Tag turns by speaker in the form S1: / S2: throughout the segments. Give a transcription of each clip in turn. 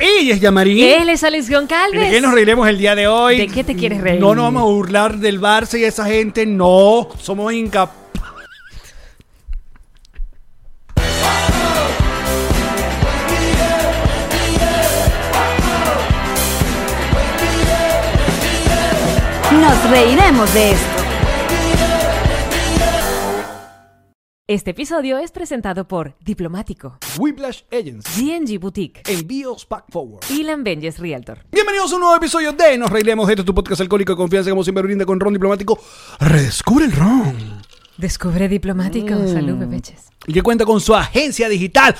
S1: y es Yamarín.
S2: Él es Alex
S1: ¿De
S2: Goncalves.
S1: qué nos reiremos el día de hoy?
S2: ¿De qué te quieres reír?
S1: No nos vamos a burlar del Barça y esa gente. No, somos incapaces.
S3: Nos reiremos de esto.
S2: Este episodio es presentado por Diplomático,
S1: Whiplash Agency.
S2: G&G Boutique,
S1: Envíos Back Forward.
S2: Ilan Benjes Realtor.
S1: Bienvenidos a un nuevo episodio de Nos Reiremos. Este es tu podcast alcohólico de confianza, como siempre brinda con Ron Diplomático. Redescubre el Ron.
S2: Descubre Diplomático.
S1: Mm.
S2: Salud, bebeches.
S1: Y que cuenta con su agencia digital.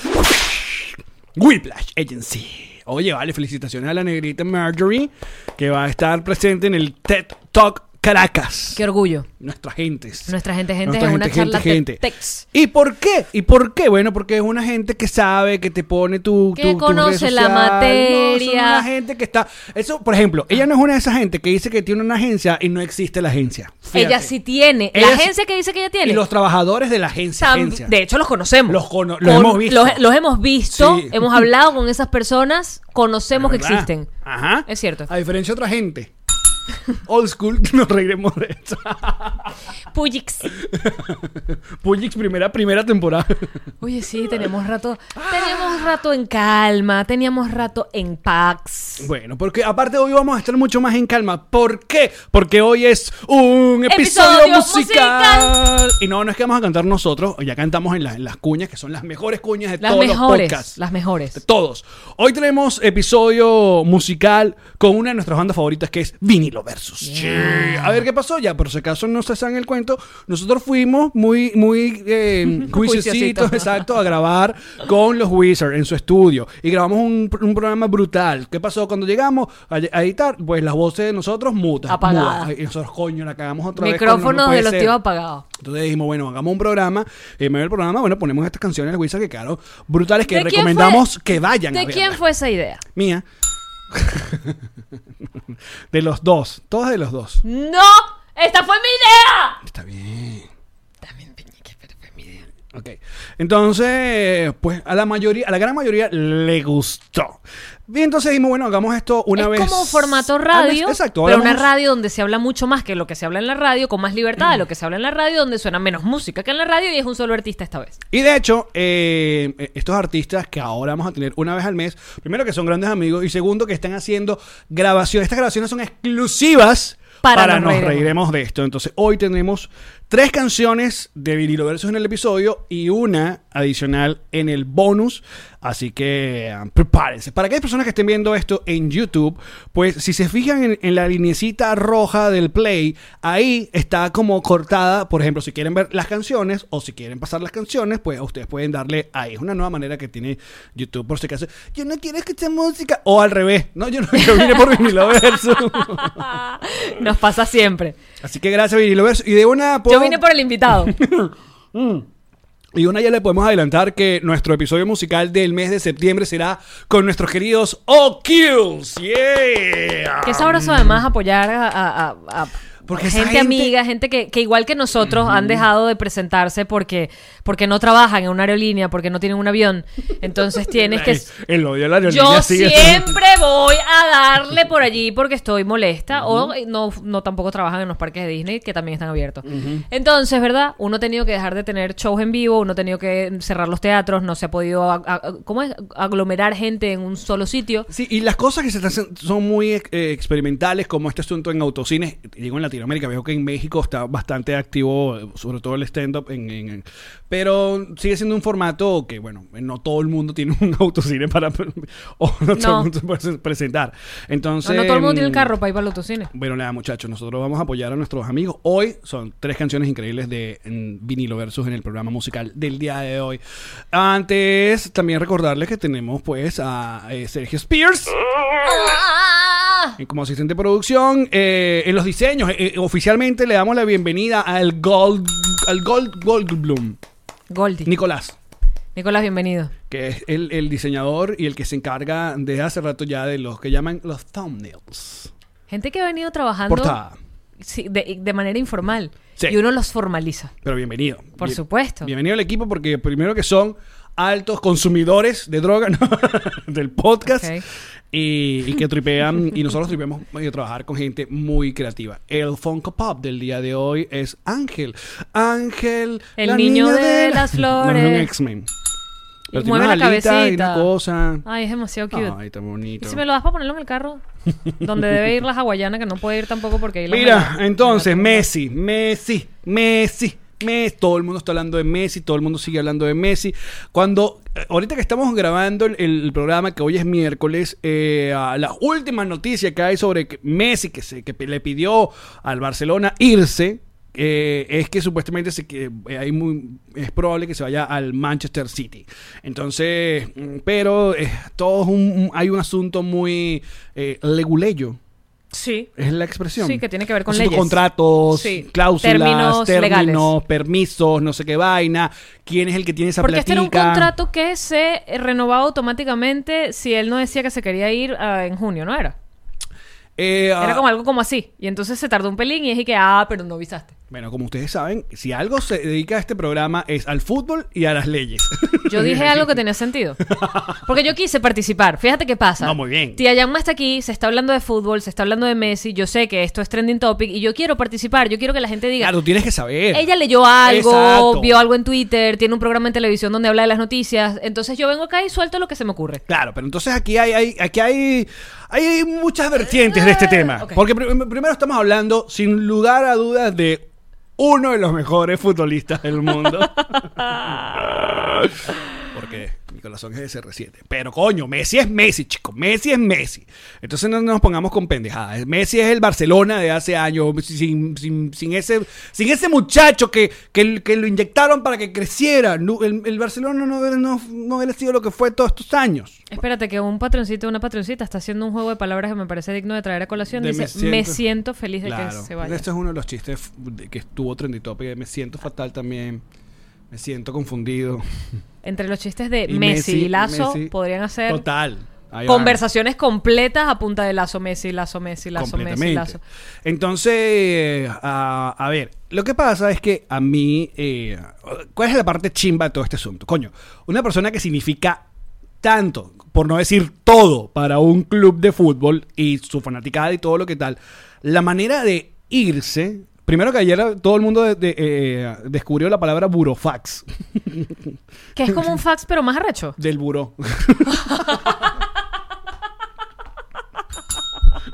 S1: Whiplash Agency. Oye, vale, felicitaciones a la negrita Marjorie, que va a estar presente en el TED Talk Caracas.
S2: Qué orgullo.
S1: Nuestra gentes.
S2: Nuestra gente, gente,
S1: Nuestra
S2: es una
S1: gente,
S2: charla
S1: gente,
S2: te-
S1: gente.
S2: tex.
S1: ¿Y por qué? ¿Y por qué? Bueno, porque es una gente que sabe, que te pone tu.
S2: Que
S1: tu- tu
S2: conoce
S1: red social.
S2: la
S1: No, son
S2: materia. Ah.
S1: una gente que está. Eso, por ejemplo, ella no es una de esas gente que dice que tiene una agencia y no existe la agencia. Fíjate.
S2: Ella sí tiene.
S1: Ella
S2: la
S1: sí-
S2: agencia que dice que ella tiene.
S1: Y los trabajadores de la agencia.
S2: Tam-
S1: agencia.
S2: De hecho, los conocemos.
S1: Los cono- los hemos visto.
S2: Los, los hemos visto,
S1: Sí.
S2: hemos hablado con esas personas, conocemos que
S1: ¿Verdad?
S2: existen.
S1: Ajá.
S2: Es cierto.
S1: A diferencia de otra gente. Old school, nos reiremos de esto.
S2: Puyix.
S1: Pujix primera, primera temporada.
S2: Oye, sí, tenemos rato. Teníamos rato en calma, teníamos rato en pax.
S1: Bueno, porque aparte hoy vamos a estar mucho más en calma. ¿Por qué? Porque hoy es un episodio,
S2: Episodio
S1: musical. Y no, no es que vamos a cantar nosotros, ya cantamos en, la- en las cuñas, que son las mejores cuñas de
S2: Las
S1: todos los
S2: mejores.
S1: podcasts.
S2: Las
S1: De
S2: mejores.
S1: todos. Hoy tenemos episodio musical con una de nuestras bandas favoritas que es Vinilo Versus. Sí. A ver qué pasó ya, por si acaso no se saben el cuento. Nosotros fuimos muy, muy eh, juiciositos,
S2: Juiciositos.
S1: exacto, a grabar con los Wizards en su estudio. Y grabamos un, un programa brutal. ¿Qué pasó cuando llegamos a, a editar? Pues las voces de nosotros mutas.
S2: Apagadas.
S1: mudas. Y nosotros, coño, la cagamos otra vez. coño, no
S2: Micrófonos
S1: puede
S2: de los
S1: ser.
S2: tíos apagados.
S1: Entonces dijimos, bueno, hagamos un programa. Y en medio del programa, bueno, ponemos estas canciones de Wizard que quedaron brutales que
S2: ¿De quién
S1: recomendamos
S2: fue-
S1: que vayan a
S2: ¿De
S1: verlas.
S2: quién fue esa idea?
S1: Mía. de los dos. Todas de los dos.
S2: ¡No! ¡Esta fue mi idea!
S1: Está bien.
S2: También, Peñique, pero fue mi idea.
S1: Ok. Entonces, pues a la mayoría, a la gran mayoría le gustó. Y entonces dijimos, bueno, hagamos esto una
S2: es
S1: vez.
S2: como un formato
S1: al mes.
S2: radio,
S1: Exacto.
S2: pero una
S1: hablamos-
S2: radio donde se habla mucho más que lo que se habla en la radio, con más libertad de lo que se habla en la radio, donde suena menos música que en la radio y es un solo artista esta vez.
S1: Y de hecho, eh, estos artistas que ahora vamos a tener una vez al mes, primero que son grandes amigos y segundo que están haciendo grabaciones. Estas grabaciones son exclusivas para,
S2: Para
S1: nos,
S2: Nos
S1: reiremos.
S2: Reiremos.
S1: de esto. Entonces, hoy tendremos tres canciones de Vinilo Versus en el episodio y una adicional en el bonus. Así que eh, prepárense. Para aquellas personas que estén viendo esto en YouTube, pues si se fijan en, en la linecita roja del play, ahí está como cortada. Por ejemplo, si quieren ver las canciones o si quieren pasar las canciones, pues ustedes pueden darle ahí. Es una nueva manera que tiene YouTube. Por si acaso, yo no quiero escuchar música. O al revés. No, yo no yo vine por Vinilo Versus.
S2: Nos pasa siempre.
S1: Así que gracias, Vinilo Versus. Y de una.
S2: Yo
S1: puedo-
S2: vine por el invitado.
S1: Y una ya le podemos adelantar que nuestro episodio musical del mes de septiembre será con nuestros queridos O'Kills. ¡Yeah!
S2: Qué sabroso además apoyar a, a- a- a
S1: Porque esa
S2: gente,
S1: gente-
S2: amiga, gente que, que igual que nosotros han dejado de presentarse porque, porque no trabajan en una aerolínea, porque no tienen un avión. Entonces tienes que...
S1: El odio a la aerolínea
S2: Yo
S1: sigue-
S2: siempre voy a darle por allí porque estoy molesta o eh, no, no tampoco trabajan en los parques de Disney que también están abiertos. Entonces, ¿verdad? Uno ha tenido que dejar de tener shows en vivo, uno ha tenido que cerrar los teatros, no se ha podido a- a- ¿cómo es? aglomerar gente en un solo sitio.
S1: Sí, y las cosas que se están hacen- son muy eh, experimentales, como este asunto en autocines. Digo en Latinoamérica, veo que en México está bastante activo, eh, sobre todo el stand-up. En, en- en- pero sigue siendo un formato que, bueno, no todo el mundo tiene un autocine para. o no, todo
S2: No.
S1: el mundo se puede presentar.
S2: No,
S1: Entonces.
S2: no todo el mundo tiene el
S1: mm,
S2: carro para ir para el autocine.
S1: Bueno, nada, muchachos, nosotros vamos a apoyar a nuestros amigos. Hoy son tres canciones increíbles de mm, Vinilo Versus en el programa musical del día de hoy. Antes, también recordarles que tenemos pues a eh, Sergio Spears
S2: Ah.
S1: eh, como asistente de producción eh, en los diseños. Eh, eh, oficialmente le damos la bienvenida al Gold, al Gold Goldblum,
S2: Goldie.
S1: Nicolás
S2: Nicolás, bienvenido.
S1: que es el, el diseñador y el que se encarga desde hace rato ya de los que llaman los thumbnails.
S2: Gente que ha venido trabajando
S1: Portada.
S2: sí, de, de manera informal
S1: Sí.
S2: y uno los formaliza.
S1: Pero bienvenido.
S2: Por
S1: Bien-
S2: supuesto.
S1: Bienvenido al equipo porque primero que son altos consumidores de droga ¿no? del podcast.
S2: Ok.
S1: y, y que tripean, y nosotros tripeamos y trabajar con gente muy creativa. El Funko Pop del día de hoy es Ángel. Ángel,
S2: El niño de las
S1: No, es un
S2: flores.
S1: X-Men. Pero
S2: Y
S1: tiene
S2: mueve
S1: una
S2: la
S1: alita y una
S2: cabecita.
S1: cosa.
S2: Ay, es demasiado cute.
S1: Ay, tan bonito.
S2: ¿Y si me lo das para ponerlo en el carro? Donde debe ir la hawaiana, que no puede ir tampoco porque ahí la
S1: Mira,
S2: hawaiana-
S1: entonces, Messi, Messi, Messi, Messi. Todo el mundo está hablando de Messi, todo el mundo sigue hablando de Messi. Cuando, eh, ahorita que estamos grabando el, el programa, que hoy es miércoles, eh, ah, la última noticia que hay sobre que Messi, que, se, que pe- le pidió al Barcelona irse. eh, es que supuestamente se, que, eh, hay muy, es probable que se vaya al Manchester City. Entonces, mm, pero eh, todo es un- un- hay un asunto muy eh, leguleyo.
S2: Sí.
S1: Es la expresión.
S2: Sí, que tiene que ver con
S1: Asuntos,
S2: leyes.
S1: Contratos,
S2: Sí.
S1: cláusulas, términos,
S2: Términos legales.
S1: permisos, no sé qué vaina. ¿Quién es el que tiene esa
S2: Porque este era un
S1: platica?
S2: contrato que se renovaba automáticamente si él no decía que se quería ir ah, en junio, ¿no era?
S1: Eh, ah,
S2: Era como algo como así. Y entonces se tardó un pelín y es y que, ah, pero no avisaste.
S1: Bueno, como ustedes saben, si algo se dedica a este programa es al fútbol y a las leyes.
S2: Yo dije algo que tenía sentido. Porque yo quise participar. Fíjate qué pasa.
S1: No, muy bien.
S2: Tía Yanma está aquí, se está hablando de fútbol, se está hablando de Messi. Yo sé que esto es trending topic y yo quiero participar. Yo quiero que la gente diga.
S1: claro, tienes que saber.
S2: Ella leyó algo,
S1: Exacto.
S2: vio algo en Twitter, tiene un programa en televisión donde habla de las noticias. Entonces yo vengo acá y suelto lo que se me ocurre.
S1: Claro, pero entonces aquí hay, hay- aquí hay, hay muchas vertientes de este tema.
S2: Ok.
S1: Porque pr- primero estamos hablando, sin lugar a dudas, de uno de los mejores futbolistas del mundo. Porque mi corazón es de CR7. Pero coño, Messi es Messi, chico. Messi es Messi. Entonces no nos pongamos con pendejadas. Messi es el Barcelona de hace años. Sin, sin- sin ese, sin ese muchacho que, que, que lo inyectaron para que creciera. No, El, el Barcelona no, hubiera- no, no hubiera sido lo que fue todos estos años.
S2: Espérate, que un patroncito, una patroncita está haciendo un juego de palabras que me parece digno de traer a colación.
S1: De
S2: Dice,
S1: me siento-
S2: me siento feliz de
S1: Claro.
S2: que se vaya.
S1: Este es uno de los chistes f- de- que estuvo trendy topic. Me siento fatal también. Me siento confundido.
S2: Entre los chistes de
S1: Y
S2: Eh, Messi, y Lazo
S1: Messi-
S2: podrían hacer
S1: Total. Ahí van.
S2: conversaciones completas a punta de Lazo, Messi, Lazo, Messi, Lazo, Messi,
S1: completamente.
S2: Lazo.
S1: Entonces, a, a ver, lo que pasa es que a mí, eh, ¿cuál es la parte chimba de todo este asunto? Coño, una persona que significa tanto, por no decir todo, para un club de fútbol y su fanaticada y todo lo que tal, la manera de irse... Primero que ayer todo el mundo de- de- eh, descubrió la palabra burofax,
S2: Que es como un fax, pero más arrecho.
S1: del buró.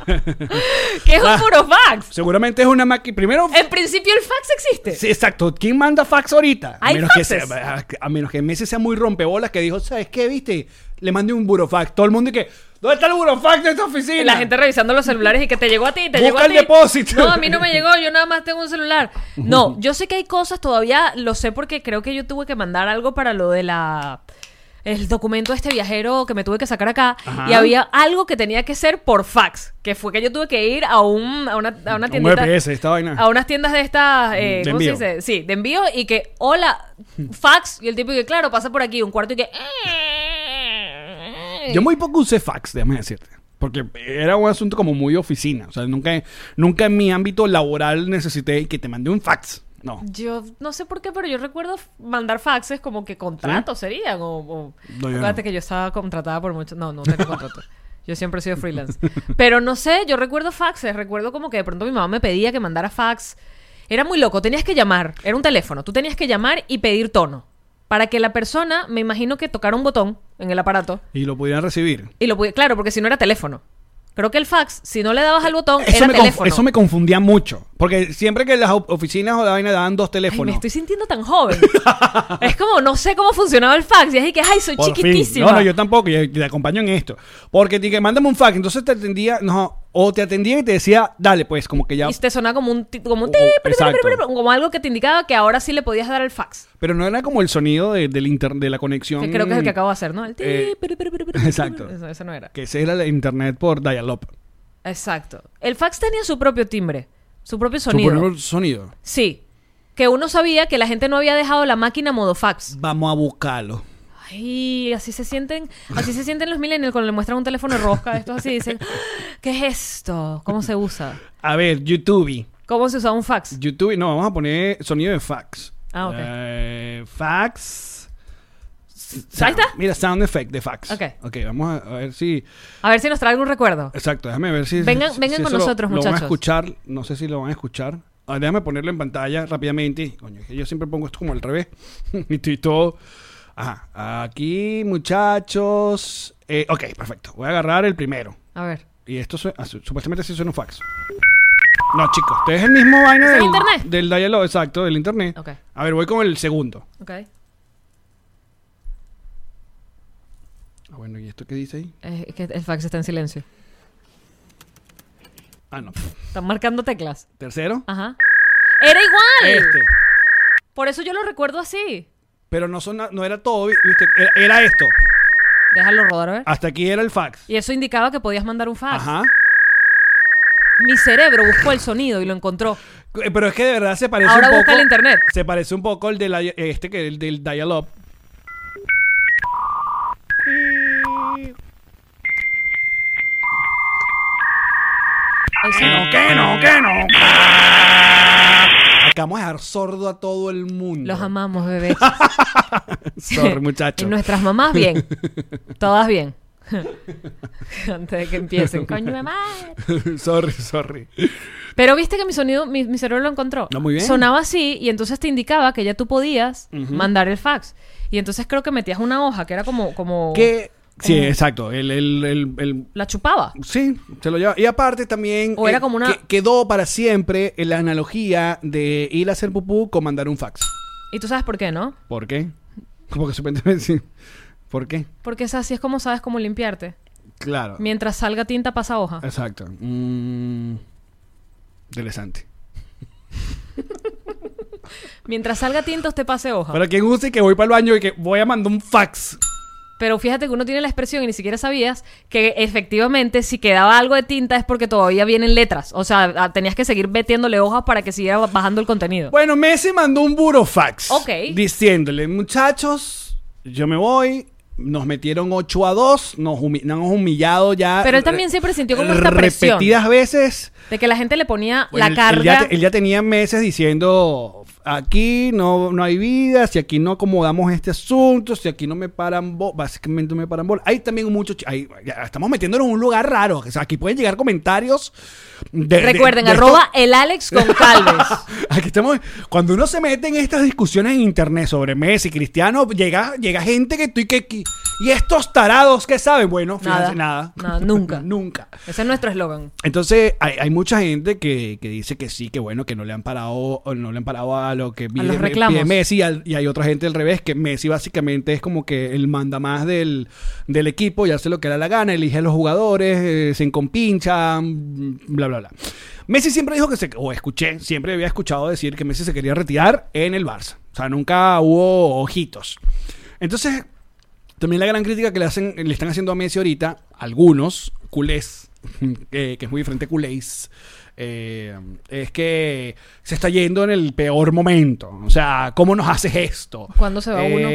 S2: Que es
S1: Ah.
S2: un puro fax.
S1: Seguramente es una máquina... Primero...
S2: En principio el fax existe.
S1: Sí, exacto. ¿Quién manda fax ahorita? A
S2: Hay
S1: menos, que sea,
S2: faxes.
S1: a, a menos que Messi sea muy rompebolas que dijo, ¿sabes qué, viste? Le mandé un burofax. Todo el mundo y que, ¿dónde está el burofax de esta oficina?
S2: La gente revisando los celulares y que te llegó a ti, te
S1: Busca
S2: llegó a
S1: el
S2: ti.
S1: depósito.
S2: No, a mí no me llegó, yo nada más tengo un celular. No, yo sé que hay cosas todavía, lo sé porque creo que yo tuve que mandar algo para lo de la el documento de este viajero que me tuve que sacar acá
S1: Ajá.
S2: y había algo que tenía que ser por fax, que fue que yo tuve que ir a un a una a una
S1: Un
S2: tiendita
S1: VPS, E esta vaina. Mm,
S2: a unas tiendas de estas eh,
S1: De
S2: ¿cómo se
S1: envío.
S2: dice? Sí, de envío y que hola fax y el tipo que claro, pasa por aquí un cuarto y que eh,
S1: Yo muy poco usé fax, déjame decirte. Porque era un asunto como muy oficina. O sea, nunca, nunca en mi ámbito laboral necesité que te mandé un fax. No.
S2: Yo no sé por qué, pero yo recuerdo f- mandar faxes como que contratos serían. O, o-
S1: No, yo
S2: Acuérdate
S1: no.
S2: que yo estaba contratada por mucho. No, no tengo contrato. Yo siempre he sido freelance. Pero no sé, yo recuerdo faxes. Recuerdo como que de pronto mi mamá me pedía que mandara fax. Era muy loco. Tenías que llamar. Era un teléfono. Tú tenías que llamar y pedir tono. Para que la persona, me imagino que tocara un botón en el aparato.
S1: Y lo pudieran recibir.
S2: Y lo pudi- Claro, porque si no era teléfono. Creo que el fax, si no le dabas al botón,
S1: Eso
S2: era
S1: me, conf-
S2: teléfono.
S1: eso me confundía mucho. Porque siempre que las of- oficinas o la vaina daban dos
S2: Ay,
S1: teléfonos.
S2: me estoy sintiendo tan joven. es como, no sé cómo funcionaba el fax. Y es de que, ay, soy
S1: Por fin.
S2: chiquitísima.
S1: No, no, yo tampoco, yo te acompaño en esto. Porque dije, mándame un fax, entonces te atendía, no, o te atendía y te decía, dale, pues, como que ya.
S2: Y te sonaba como un... ti- Como, un
S1: Oh,
S2: ti- pero- pero-
S1: exacto.
S2: pero- pero- como algo que te indicaba que ahora sí le podías dar el fax.
S1: Pero no era como el sonido de, del inter- de la conexión.
S2: Que creo que es el que acabo de hacer, ¿no? El ti-
S1: Mm. eh,
S2: pero- pero- pero- pero-
S1: exacto.
S2: Eso, eso no era.
S1: Que ese era el internet por dial-up.
S2: Exacto. El fax tenía su propio timbre, su propio
S1: Su
S2: sonido.
S1: propio sonido.
S2: Sí. Que uno sabía que la gente no había dejado la máquina modo fax.
S1: Vamos a buscarlo.
S2: Ay, así se sienten, así se sienten los millennials cuando le muestran un teléfono rosca de estos así dicen, "Ah, ¿qué es esto? ¿Cómo se usa?
S1: A ver, YouTube.
S2: ¿Cómo se usa un fax?
S1: YouTube, no, vamos a poner sonido de Eh, fax.
S2: Ah, ok.
S1: Eh, fax. Sound.
S2: está?
S1: Mira, sound effect de fax.
S2: Ok.
S1: Ok, vamos a, a ver si.
S2: A ver si nos trae algún recuerdo.
S1: Exacto, déjame ver si.
S2: Vengan-
S1: si-
S2: vengan
S1: si
S2: con
S1: eso lo-
S2: nosotros,
S1: Lo van a
S2: muchachos.
S1: escuchar, no sé si lo van a escuchar. Ah, déjame ponerlo en pantalla rápidamente. Coño, que yo siempre pongo esto como al revés. y estoy todo. Ajá, aquí, muchachos. Eh, ok, perfecto. Voy a agarrar el primero.
S2: A ver.
S1: Y esto sue- ah, su- supuestamente sí suena un fax. No, chicos, este es el mismo vaina
S2: ¿Es el
S1: del
S2: internet?
S1: Del dial-up, exacto, del internet.
S2: Ok.
S1: A ver, voy con el segundo.
S2: Ok.
S1: Ah, bueno, ¿y esto qué dice ahí?
S2: Eh, es que el fax está en silencio.
S1: Ah, no.
S2: Están marcando teclas.
S1: Tercero.
S2: Ajá. Era igual.
S1: Este.
S2: Por eso yo lo recuerdo así.
S1: Pero no, sona- no era todo, vi- viste, era, era esto.
S2: Déjalo rodar, a ver.
S1: Hasta aquí era el fax.
S2: Y eso indicaba que podías mandar un fax.
S1: Ajá.
S2: Mi cerebro buscó el sonido y lo encontró.
S1: Eh, Pero es que de verdad se parece
S2: Ahora
S1: un poco.
S2: busca el internet.
S1: Se parece un poco el del dia- este que el del dial-up.
S2: Ahí sí.
S1: que no, que no. Acabamos de dejar sordo a todo el mundo.
S2: Los amamos, bebés.
S1: Sorry,
S2: Y
S1: muchachos.
S2: nuestras mamás bien. Todas bien. Antes de que empiecen. Coño de madre.
S1: sorry, sorry.
S2: Pero viste que mi sonido, mi, mi cerebro lo encontró.
S1: No, Ah, muy bien.
S2: Sonaba así y entonces te indicaba que ya tú podías mandar el fax. Y entonces creo que metías una hoja que era como. como
S1: Que. Sí, exacto. El, el, el, el-
S2: La chupaba.
S1: Sí, se lo lleva. Y aparte también. eh,
S2: O era como una-
S1: que- quedó para siempre la analogía de ir a hacer pupú con mandar un fax.
S2: Y tú sabes por qué, ¿no?
S1: ¿Por qué? Como que supuestamente sí. ¿Por qué?
S2: Porque es así es como sabes cómo limpiarte.
S1: Claro.
S2: Mientras salga tinta, pasa hoja.
S1: Exacto. Mm, Interesante.
S2: Mientras salga tinta, usted pase hoja.
S1: Para quien guste que voy para el baño y que voy a mandar un fax.
S2: Pero fíjate que uno tiene la expresión y ni siquiera sabías que efectivamente si quedaba algo de tinta es porque todavía vienen letras. O sea, a- tenías que seguir metiéndole hojas para que siguiera bajando el contenido.
S1: Bueno, Messi mandó un burofax.
S2: Ok.
S1: Diciéndole, muchachos, yo me voy. Nos metieron 8 a 2. Nos, humi- nos han humillado ya.
S2: Pero él también
S1: re-
S2: siempre sintió como esta presión.
S1: Repetidas veces.
S2: De que la gente le ponía
S1: Bueno,
S2: la
S1: él- él ya
S2: carga.
S1: te- Él ya, tenía meses diciendo, aquí no, no hay vida, si aquí no acomodamos este asunto, si aquí no me paran bo- básicamente no me paran bola. Hay también muchos, chi- hay- ya estamos metiéndonos en un lugar raro, o sea, aquí pueden llegar comentarios de- de-
S2: Recuerden,
S1: de esto-
S2: arroba el Alex con Calves.
S1: Aquí estamos. Cuando uno se mete en estas discusiones en internet sobre Messi, Cristiano, llega, llega gente que tú y que. que- Y estos tarados que saben, bueno, fíjense, nada.
S2: Nada. Nada, nunca.
S1: nunca.
S2: Ese es nuestro eslogan.
S1: Entonces, hay, hay mucha gente que, que dice que sí, que bueno, que no le han parado, o no le han parado a lo que pide,
S2: los
S1: Me-
S2: reclamos.
S1: pide Messi, y, al- y hay otra gente al revés, que Messi básicamente es como que el manda más del, del equipo y hace lo que le da la gana, elige a los jugadores, eh, se encompincha, mm, bla, bla, bla. Messi siempre dijo que se, o escuché, siempre había escuchado decir que Messi se quería retirar en el Barça. O sea, nunca hubo ojitos. Entonces, también la gran crítica que le hacen, le están haciendo a Messi ahorita, algunos, culés, eh, que, que es muy diferente culés, eh, es que se está yendo en el peor momento. O sea, ¿cómo nos haces esto?
S2: ¿Cuándo se va
S1: uno?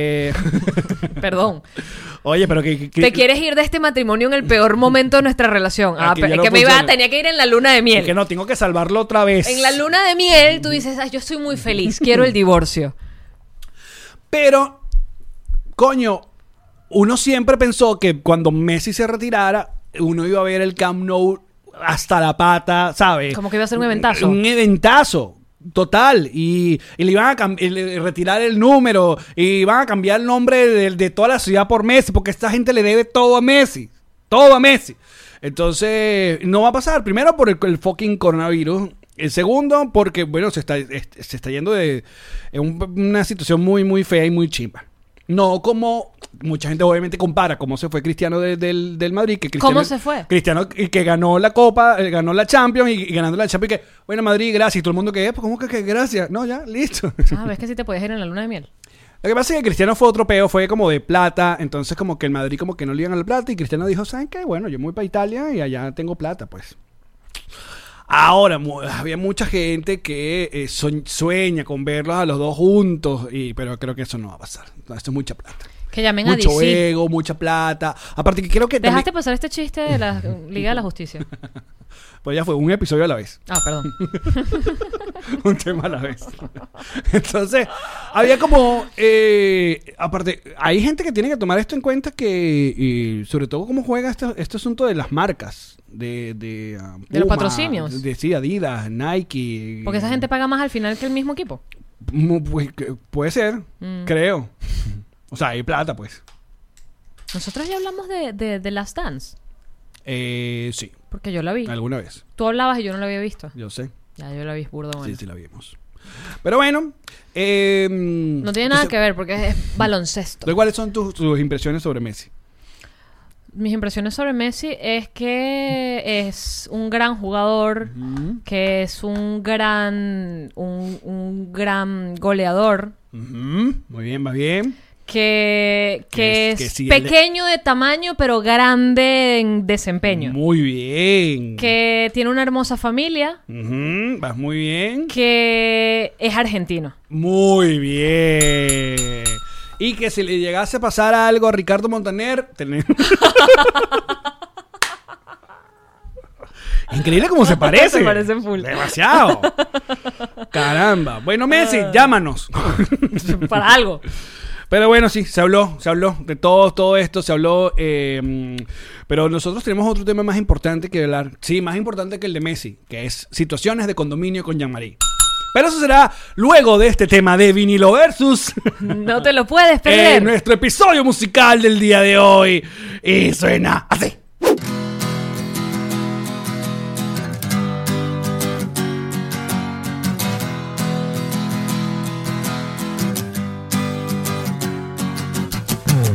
S2: Perdón.
S1: Oye, pero que... que- que-
S2: Te quieres ir de este matrimonio en el peor momento de nuestra relación.
S1: Ah,
S2: Ah,
S1: que
S2: pe-
S1: ya
S2: es
S1: no
S2: que me iba,
S1: funciona.
S2: tenía que ir en la luna de
S1: que
S2: miel.
S1: no, tengo que salvarlo otra vez.
S2: En la luna de miel tú dices, "Ay, yo estoy muy feliz, quiero el divorcio.
S1: Pero, coño, uno siempre pensó que cuando Messi se retirara, uno iba a ver el Camp Nou hasta la pata, ¿sabes?
S2: Como que iba a ser un eventazo.
S1: Eh, Un eventazo. Total, y, y le iban a cam- y le- retirar el número, y van a cambiar el nombre de, de toda la ciudad por Messi, porque esta gente le debe todo a Messi, todo a Messi. Entonces, no va a pasar, primero por el, el fucking coronavirus, el segundo porque, bueno, se está, es- se está yendo de en un- una situación muy, muy fea y muy chimba. No como, mucha gente obviamente compara cómo se fue Cristiano de- del, del Madrid, que Cristiano,
S2: ¿Cómo se fue?
S1: Cristiano y que ganó la Copa, eh, ganó la Champions y, y ganando la Champions y que, bueno, Madrid, gracias. Y todo el mundo que, "Eh, pues, ¿cómo que, que gracias? No, ya, listo.
S2: Ah, ves que sí te podías ir en la luna de miel.
S1: Lo que pasa es que Cristiano fue otro peo, fue como de plata, entonces como que el Madrid como que no le iban a la plata y Cristiano dijo, ¿saben qué? Bueno, yo me voy para Italia y allá tengo plata, pues. Ahora, mu- había mucha gente que eh, soñ- sueña con verlos a los dos juntos, y, pero creo que eso no va a pasar. Esto es mucha plata.
S2: Que llamen a
S1: Mucho
S2: DC.
S1: ego, mucha plata. Aparte que creo que... también-
S2: Dejaste pasar este chiste de la Liga de la Justicia.
S1: Pues ya fue un episodio a la vez.
S2: Ah, perdón.
S1: un tema a la vez. Entonces, había como, eh, aparte, hay gente que tiene que tomar esto en cuenta que, y sobre todo cómo juega este, este asunto de las marcas, de... De, ah,
S2: De los
S1: Puma,
S2: patrocinios.
S1: De, sí, Adidas, Nike.
S2: Porque esa gente paga más al final que el mismo equipo. Mm.
S1: Mu- pues, que- puede ser, creo. O sea, hay plata, pues.
S2: Nosotros ya hablamos de, de, de Last Dance.
S1: Eh, sí,
S2: Porque yo la vi.
S1: alguna vez,
S2: Tú hablabas y yo no la había visto.
S1: yo sé.
S2: Ya, yo la vi, es burda buena.
S1: Sí, sí, la vimos. Pero bueno, eh,
S2: No tiene nada
S1: entonces,
S2: que ver porque es, es baloncesto.
S1: entonces, ¿Cuáles son tus, tus impresiones sobre Messi?
S2: Mis impresiones sobre Messi es que es un gran jugador, que es un gran, un, un gran goleador,
S1: Ujú, Muy bien, más bien.
S2: que,
S1: Que
S2: que
S1: es-
S2: es,
S1: que sí, él-
S2: pequeño de tamaño pero grande en desempeño,
S1: Muy bien.
S2: que tiene una hermosa familia,
S1: Ujú, Vas muy bien.
S2: que es argentino.
S1: Muy bien. Y que si le llegase a pasar algo a Ricardo Montaner, tenemos. Increíble cómo se parece.
S2: Se parecen full.
S1: Demasiado. Caramba. Bueno, Messi, llámanos.
S2: Para algo.
S1: Pero bueno, sí, se habló, se habló de todo, todo esto, se habló. eh, mm, pero nosotros tenemos otro tema más importante que hablar. Sí, más importante que el de Messi, que es situaciones de condominio con Jean-Marie. Pero eso será luego de este tema de vinilo versus
S2: No te lo puedes perder.
S1: en nuestro episodio musical del día de hoy. Y suena así.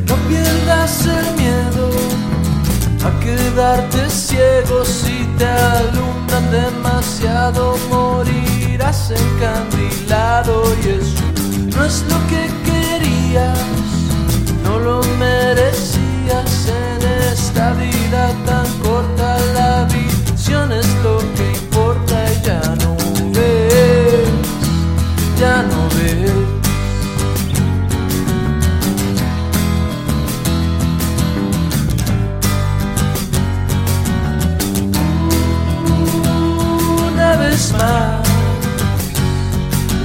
S4: No pierdas el miedo a quedarte ciego si te alumbran demasiado. Morirás encandilado y eso no es lo que querías, no lo merecías en esta vida tan corta. La visión es lo que importa y ya no ves, ya no ves. una vez más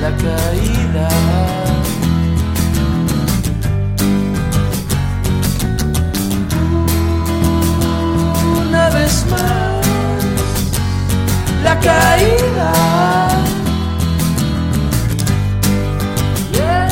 S4: la caída. Una vez más la caída. Yeah.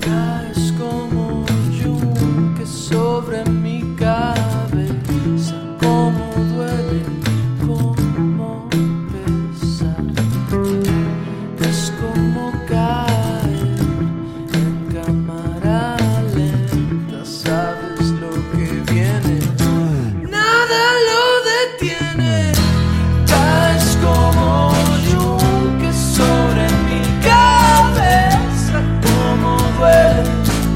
S4: Caes como yunque sobre mi cabeza, como duele, como pesa. Es como caer en cámara lenta, sabes lo que viene, nada lo detiene. Caes como yunque sobre mi cabeza, como duele,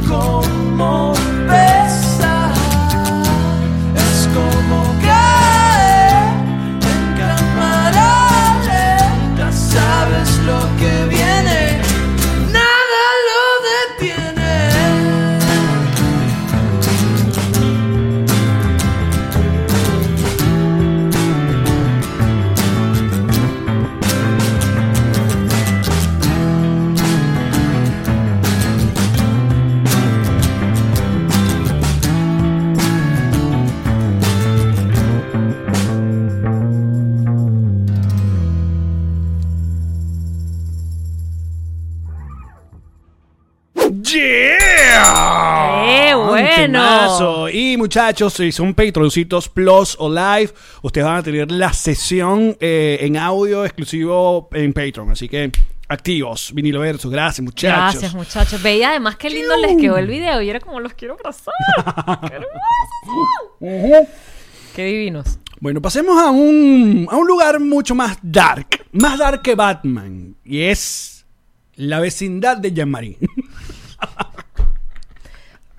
S4: como pesa. Es como caer en cámara lenta, sabes lo que viene, nada lo detiene.
S1: ¡Yeah!
S2: ¡Qué
S1: Un
S2: bueno!
S1: temazo. Y muchachos, si son Patroncitos Plus o Live, ustedes van a tener la sesión eh, en audio exclusivo en Patreon. Así que activos, vinilo versus. Gracias, muchachos.
S2: Gracias, muchachos. Veía además qué lindo les quedó el video y era como los quiero abrazar. ¡Qué hermosos son! ¡Qué divinos!
S1: Bueno, pasemos a un, a un lugar mucho más dark. Más dark que Batman. Y es La vecindad de Jean-Marie.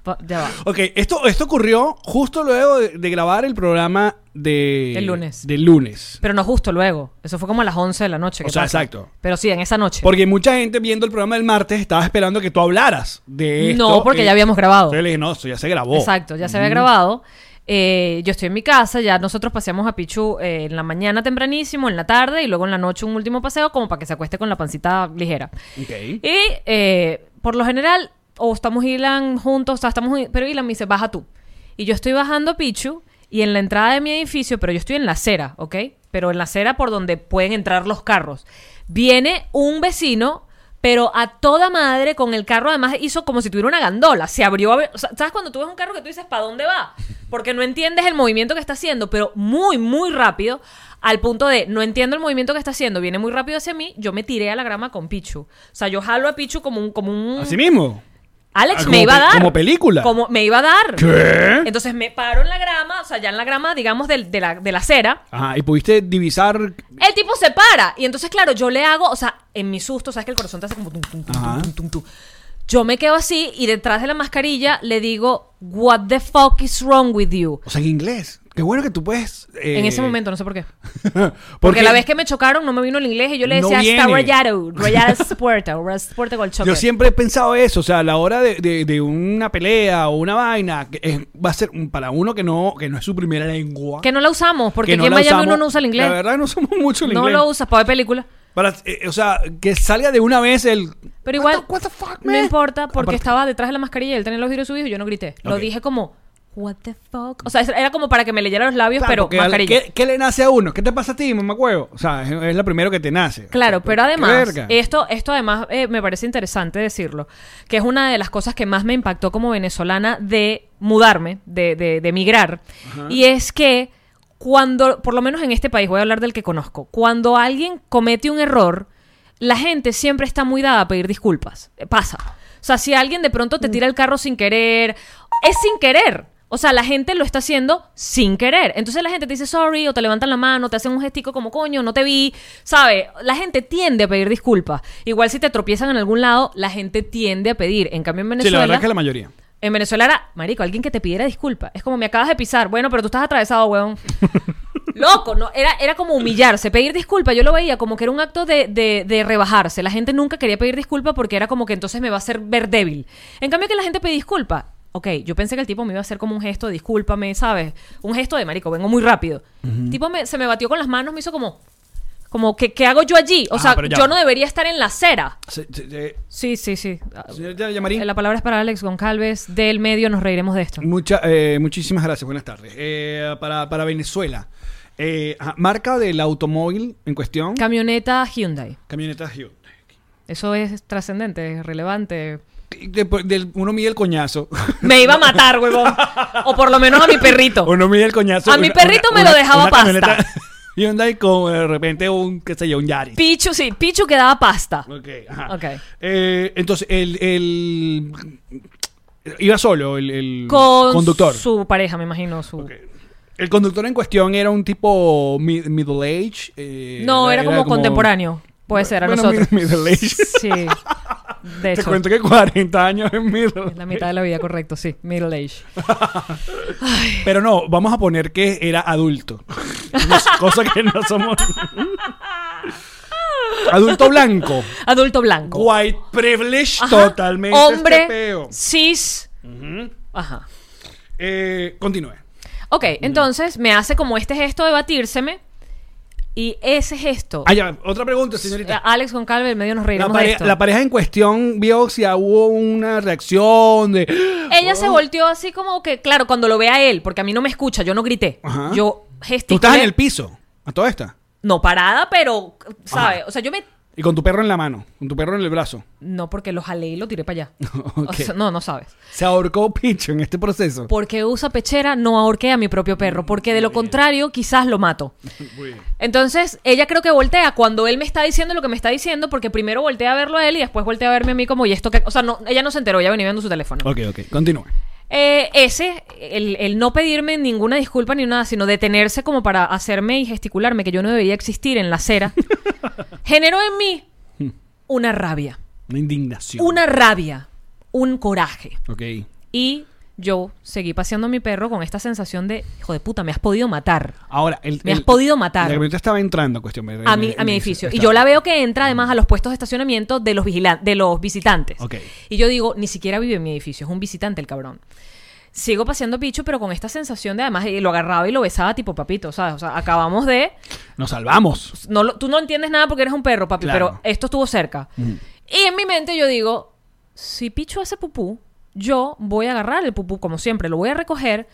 S2: Pa- Ya va.
S1: ok, esto, esto ocurrió justo luego de, de grabar el programa de...
S2: Del lunes.
S1: Del lunes.
S2: Pero no justo luego. Eso fue como a las 11 de la noche.
S1: O
S2: que
S1: sea,
S2: pasa.
S1: exacto.
S2: Pero sí, en esa noche.
S1: Porque mucha gente viendo el programa del martes estaba esperando que tú hablaras de esto.
S2: No, porque
S1: eh,
S2: ya habíamos grabado.
S1: Entonces le dije, no, esto ya se grabó.
S2: Exacto, ya se había grabado. Eh, yo estoy en mi casa, ya nosotros paseamos a Pichu eh, en la mañana tempranísimo, en la tarde y luego en la noche un último paseo como para que se acueste con la pancita ligera.
S1: Mm. Ok.
S2: Y eh, por lo general, o estamos Ilan juntos, o sea, estamos, pero Ilan me dice, baja tú. Y yo estoy bajando a Pichu y en la entrada de mi edificio, pero yo estoy en la acera, ¿ok? Pero en la acera por donde pueden entrar los carros. Viene un vecino, pero a toda madre con el carro, además hizo como si tuviera una gandola. Se abrió. a ver- o sea, ¿Sabes cuando tú ves un carro que tú dices, ¿para dónde va? Porque no entiendes el movimiento que está haciendo, pero muy, muy rápido. Al punto de, no entiendo el movimiento que está haciendo, viene muy rápido hacia mí, yo me tiré a la grama con Pichu. O sea, yo jalo a Pichu como un... Como un
S1: Así mismo.
S2: Alex
S1: Ah, como
S2: me iba a
S1: pe-
S2: dar.
S1: como película.
S2: Como me iba a dar.
S1: ¿Qué?
S2: Entonces me paro en la grama, o sea, ya en la grama, digamos, del- de, la, de la acera.
S1: Ajá, y pudiste divisar...
S2: El tipo se para. Y entonces, claro, yo le hago, o sea, en mi susto, ¿sabes que el corazón te hace como tum, tum, tum,
S1: Ajá.
S2: tum, tum, tum, tum? Yo me quedo así y detrás de la mascarilla le digo, What the fuck is wrong with you?
S1: O sea, en inglés. Qué bueno que tú puedes... eh,
S2: En ese momento, no sé por qué.
S1: porque,
S2: Porque la vez que me chocaron no me vino el inglés y yo le
S1: No
S2: decía, está
S1: viene".
S2: rayado, rayado es puerta, o es puerta con el choque.
S1: Yo siempre he pensado eso, o sea, a la hora de, de- de una pelea o una vaina, que es- va a ser un- para uno que no, que no es su primera lengua.
S2: Que no la usamos,
S1: que
S2: porque aquí
S1: no
S2: en
S1: la
S2: Miami
S1: usamos.
S2: uno no usa el inglés.
S1: La verdad no usamos mucho el
S2: no
S1: inglés.
S2: lo usas para ver películas.
S1: Para, eh, o sea, que salga de una vez el...
S2: Pero igual,
S1: What the, what the fuck,
S2: no
S1: man?
S2: importa, porque
S1: Aparte-
S2: estaba detrás de la mascarilla y él tenía los vidrios subidos y yo no grité. Lo
S1: Ok.
S2: dije como, what the fuck. O sea, era como para que me leyera los labios,
S1: Claro, porque
S2: pero
S1: al-
S2: mascarilla.
S1: ¿qué, qué le nace a uno? ¿Qué te pasa a ti, mamá huevo? O sea, es, es lo primero que te nace.
S2: Claro,
S1: O sea,
S2: pero
S1: qué
S2: además,
S1: verga.
S2: esto, esto además eh, me parece interesante decirlo, que es una de las cosas que más me impactó como venezolana de mudarme, de, de, de emigrar, y es que cuando, por lo menos en este país, voy a hablar del que conozco, cuando alguien comete un error, la gente siempre está muy dada a pedir disculpas, Eh, pasa. O sea, si alguien de pronto
S1: Mm.
S2: te tira el carro sin querer, es sin querer. O sea, la gente lo está haciendo sin querer. Entonces la gente te dice sorry o te levantan la mano, te hacen un gestico como coño, no te vi, ¿sabe? La gente tiende a pedir disculpas. Igual si te tropiezan en algún lado, la gente tiende a pedir. En cambio en
S1: Sí, la
S2: Venezuela,
S1: verdad es que la mayoría.
S2: en Venezuela era, marico, alguien que te pidiera disculpas. Es como me acabas de pisar. Bueno, pero tú estás atravesado, weón. Loco, no, era, era como humillarse, pedir disculpa. Yo lo veía como que era un acto de, de- de rebajarse. La gente nunca quería pedir disculpa porque era como que entonces me va a hacer ver débil. En cambio, que la gente pedía disculpa. Ok, yo pensé que el tipo me iba a hacer como un gesto, de discúlpame, ¿sabes? Un gesto de marico, vengo muy rápido. El tipo me- se me batió con las manos, me hizo como, como que, ¿qué hago yo allí? O
S1: Ah,
S2: sea,
S1: pero ya
S2: yo
S1: va.
S2: no debería estar en la acera.
S1: Se- se- se-
S2: Sí, sí, sí.
S1: Señorita Yamarín.
S2: Eh, La palabra es para Alex Goncalves. Del medio nos reiremos de esto.
S1: Mucha- eh, muchísimas gracias, buenas tardes. Eh, para, para Venezuela, eh, ajá, marca del automóvil en cuestión,
S2: Camioneta Hyundai.
S1: camioneta Hyundai.
S2: Eso es trascendente, es relevante.
S1: De- del- uno mide el coñazo.
S2: Me iba a matar, huevón. O por lo menos a mi perrito.
S1: uno mide el coñazo.
S2: A mi perrito me lo dejaba pasta.
S1: camioneta Hyundai con de repente un, qué sé yo, un Yaris.
S2: Pichu, sí, Pichu que daba pasta.
S1: Ok, ajá.
S2: Ok.
S1: Eh, entonces, el, el- Iba solo el, el
S2: Con
S1: conductor.
S2: su pareja, me imagino. Su...
S1: Ok. El conductor en cuestión era un tipo mi- middle age. eh,
S2: No, era, como, contemporáneo. Puede ser, a
S1: Bueno,
S2: nosotros.
S1: mi- middle age.
S2: Sí. De
S1: Te
S2: hecho.
S1: cuento que 40 años es middle
S2: Es la mitad de la vida, correcto, sí. Middle age.
S1: Pero no, vamos a poner que era adulto. Nos- Cosa que no somos. adulto blanco.
S2: Adulto blanco.
S1: White privilege
S2: Ajá.
S1: totalmente.
S2: Hombre,
S1: este peo.
S2: cis. Ajá.
S1: Eh, continúe.
S2: Ok, entonces me hace como este gesto de batírseme. Y ese gesto.
S1: Ah, ya, otra pregunta,
S2: Eh,
S1: señorita.
S2: Alex Goncalves, medio nos
S1: La,
S2: reiremos de
S1: pare-
S2: esto.
S1: la pareja en cuestión vio si hubo una reacción de. "Ah,
S2: Ella se volteó así como que, claro, cuando lo ve a él, porque a mí no me escucha, yo no grité.
S1: Ajá.
S2: Yo
S1: Tú
S2: gesticulé.
S1: estás en el piso, a toda esta.
S2: No parada, pero, ¿sabes? O sea, yo me.
S1: Y con tu perro en la mano, con tu perro en el brazo.
S2: No, porque lo jalé y lo tiré para allá.
S1: Ok.
S2: O sea, no, no sabes.
S1: Se ahorcó Picho en este proceso.
S2: Porque usa pechera, no ahorqué a mi propio perro, porque de lo contrario, quizás lo mato. Entonces, ella creo que voltea cuando él me está diciendo lo que me está diciendo, porque primero voltea a verlo a él y después voltea a verme a mí como, y esto que. O sea, no, ella no se enteró, ella venía viendo su teléfono.
S1: Ok, ok, continúe.
S2: Eh, ese, el, el no pedirme ninguna disculpa ni nada, sino detenerse como para hacerme y gesticularme que yo no debería existir en la acera, generó en mí una rabia.
S1: Una indignación.
S2: una rabia, un coraje.
S1: Ok.
S2: Y yo seguí paseando a mi perro con esta sensación de, hijo de puta, me has podido matar.
S1: Ahora, el,
S2: Me has
S1: el-
S2: podido matar.
S1: La camioneta estaba entrando, cuestión.
S2: a mi, a mi edificio. Y yo la veo que entra además a los puestos de estacionamiento de los, vigilan- de los visitantes.
S1: Ok.
S2: Y yo digo, ni siquiera vive en mi edificio, es un visitante el cabrón. Sigo paseando picho, pero con esta sensación de además, y lo agarraba y lo besaba tipo papito, ¿sabes? O sea, acabamos de
S1: Nos salvamos.
S2: no lo- tú no entiendes nada porque eres un perro, papi,
S1: Claro.
S2: pero esto estuvo cerca. Y en mi mente yo digo, si Pichu hace pupú, yo voy a agarrar el pupú como siempre, lo voy a recoger,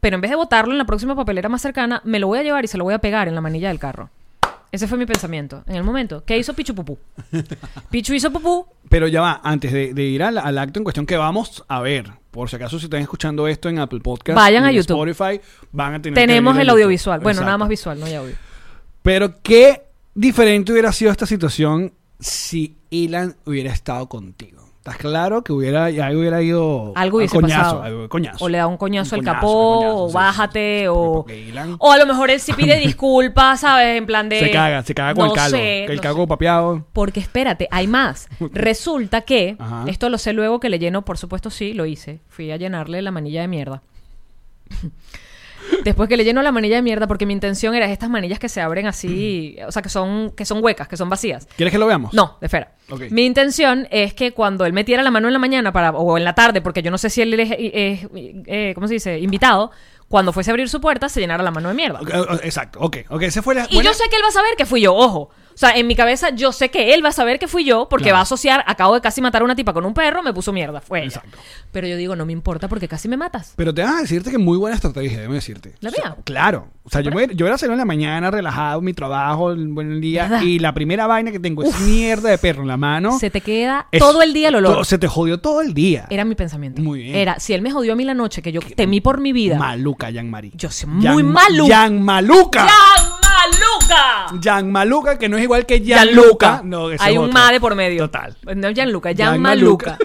S2: pero en vez de botarlo en la próxima papelera más cercana, me lo voy a llevar y se lo voy a pegar en la manilla del carro. Ese fue mi pensamiento en el momento. ¿Qué hizo Pichu Pupú? Pichu hizo Pupú.
S1: Pero ya va, antes de, de ir al, al acto en cuestión que vamos a ver, por si acaso si están escuchando esto en Apple Podcast, y
S2: Vayan
S1: en
S2: a YouTube.
S1: Spotify, van a tener que
S2: Tenemos
S1: abrir
S2: el
S1: YouTube.
S2: audiovisual. Bueno,
S1: Exacto.
S2: nada más visual, no hay audio.
S1: Pero qué diferente hubiera sido esta situación si Elan hubiera estado contigo. ¿Estás claro que hubiera, ya hubiera ido
S2: Algo
S1: a
S2: hubiese
S1: coñazo,
S2: pasado.
S1: algo- coñazo.
S2: O le da un coñazo
S1: Un
S2: al
S1: coñazo,
S2: capó,
S1: un coñazo,
S2: o
S1: sí,
S2: bájate,
S1: sí, sí.
S2: o...
S1: Porque Ilan-
S2: O a lo mejor él sí pide disculpas, ¿sabes? En plan de...
S1: se caga, se caga con
S2: No
S1: el calvo.
S2: sé,
S1: que el
S2: no
S1: calvo papeado.
S2: Porque espérate, hay más. Resulta que,
S1: Ajá.
S2: esto lo sé luego que le lleno, por supuesto sí, lo hice. Fui a llenarle la manilla de mierda. Después que le lleno la manilla de mierda, porque mi intención era estas manillas que se abren así, o sea, que son, que son huecas, que son vacías.
S1: ¿Quieres que lo veamos?
S2: No, de espera.
S1: Ok.
S2: Mi intención es que cuando él metiera la mano en la mañana para, o en la tarde, porque yo no sé si él es, es- eh, ¿cómo se dice?, invitado, cuando fuese a abrir su puerta se llenara la mano de mierda.
S1: Ok, o- Exacto, ok, ok, esa fue la...
S2: Y
S1: buena-
S2: yo sé que él va a saber que fui yo, ojo. O sea, en mi cabeza yo sé que él va a saber que fui yo porque
S1: Claro.
S2: va a asociar, acabo de casi matar a una tipa con un perro, me puso mierda, fue ella.
S1: Exacto.
S2: Pero yo digo, no me importa porque casi me matas.
S1: Pero te vas a decirte que muy buena estrategia, déjame decirte.
S2: ¿La
S1: O sea,
S2: mía?
S1: claro. O sea, yo, me, yo era en la mañana, relajado, mi trabajo, el buen día.
S2: ¿Verdad?
S1: Y la primera vaina que tengo es mierda de perro en la mano.
S2: Se te queda
S1: Es-
S2: todo el día el olor.
S1: todo- se te jodió todo el día.
S2: Era mi pensamiento.
S1: Muy bien.
S2: Era, si él me jodió a mí la noche, que yo temí por mi vida.
S1: Maluca, Jan Marie.
S2: Yo soy muy maluca.
S1: Jan Maluca.
S2: ¡Jan Maluca!
S1: Jan Maluca, que no es igual que Jan,
S2: Jan
S1: Luca.
S2: Luca.
S1: No, ese
S2: Hay
S1: es
S2: un
S1: otro.
S2: ma de por medio.
S1: Total.
S2: No Jan Luca, Jan,
S1: Jan
S2: Maluca.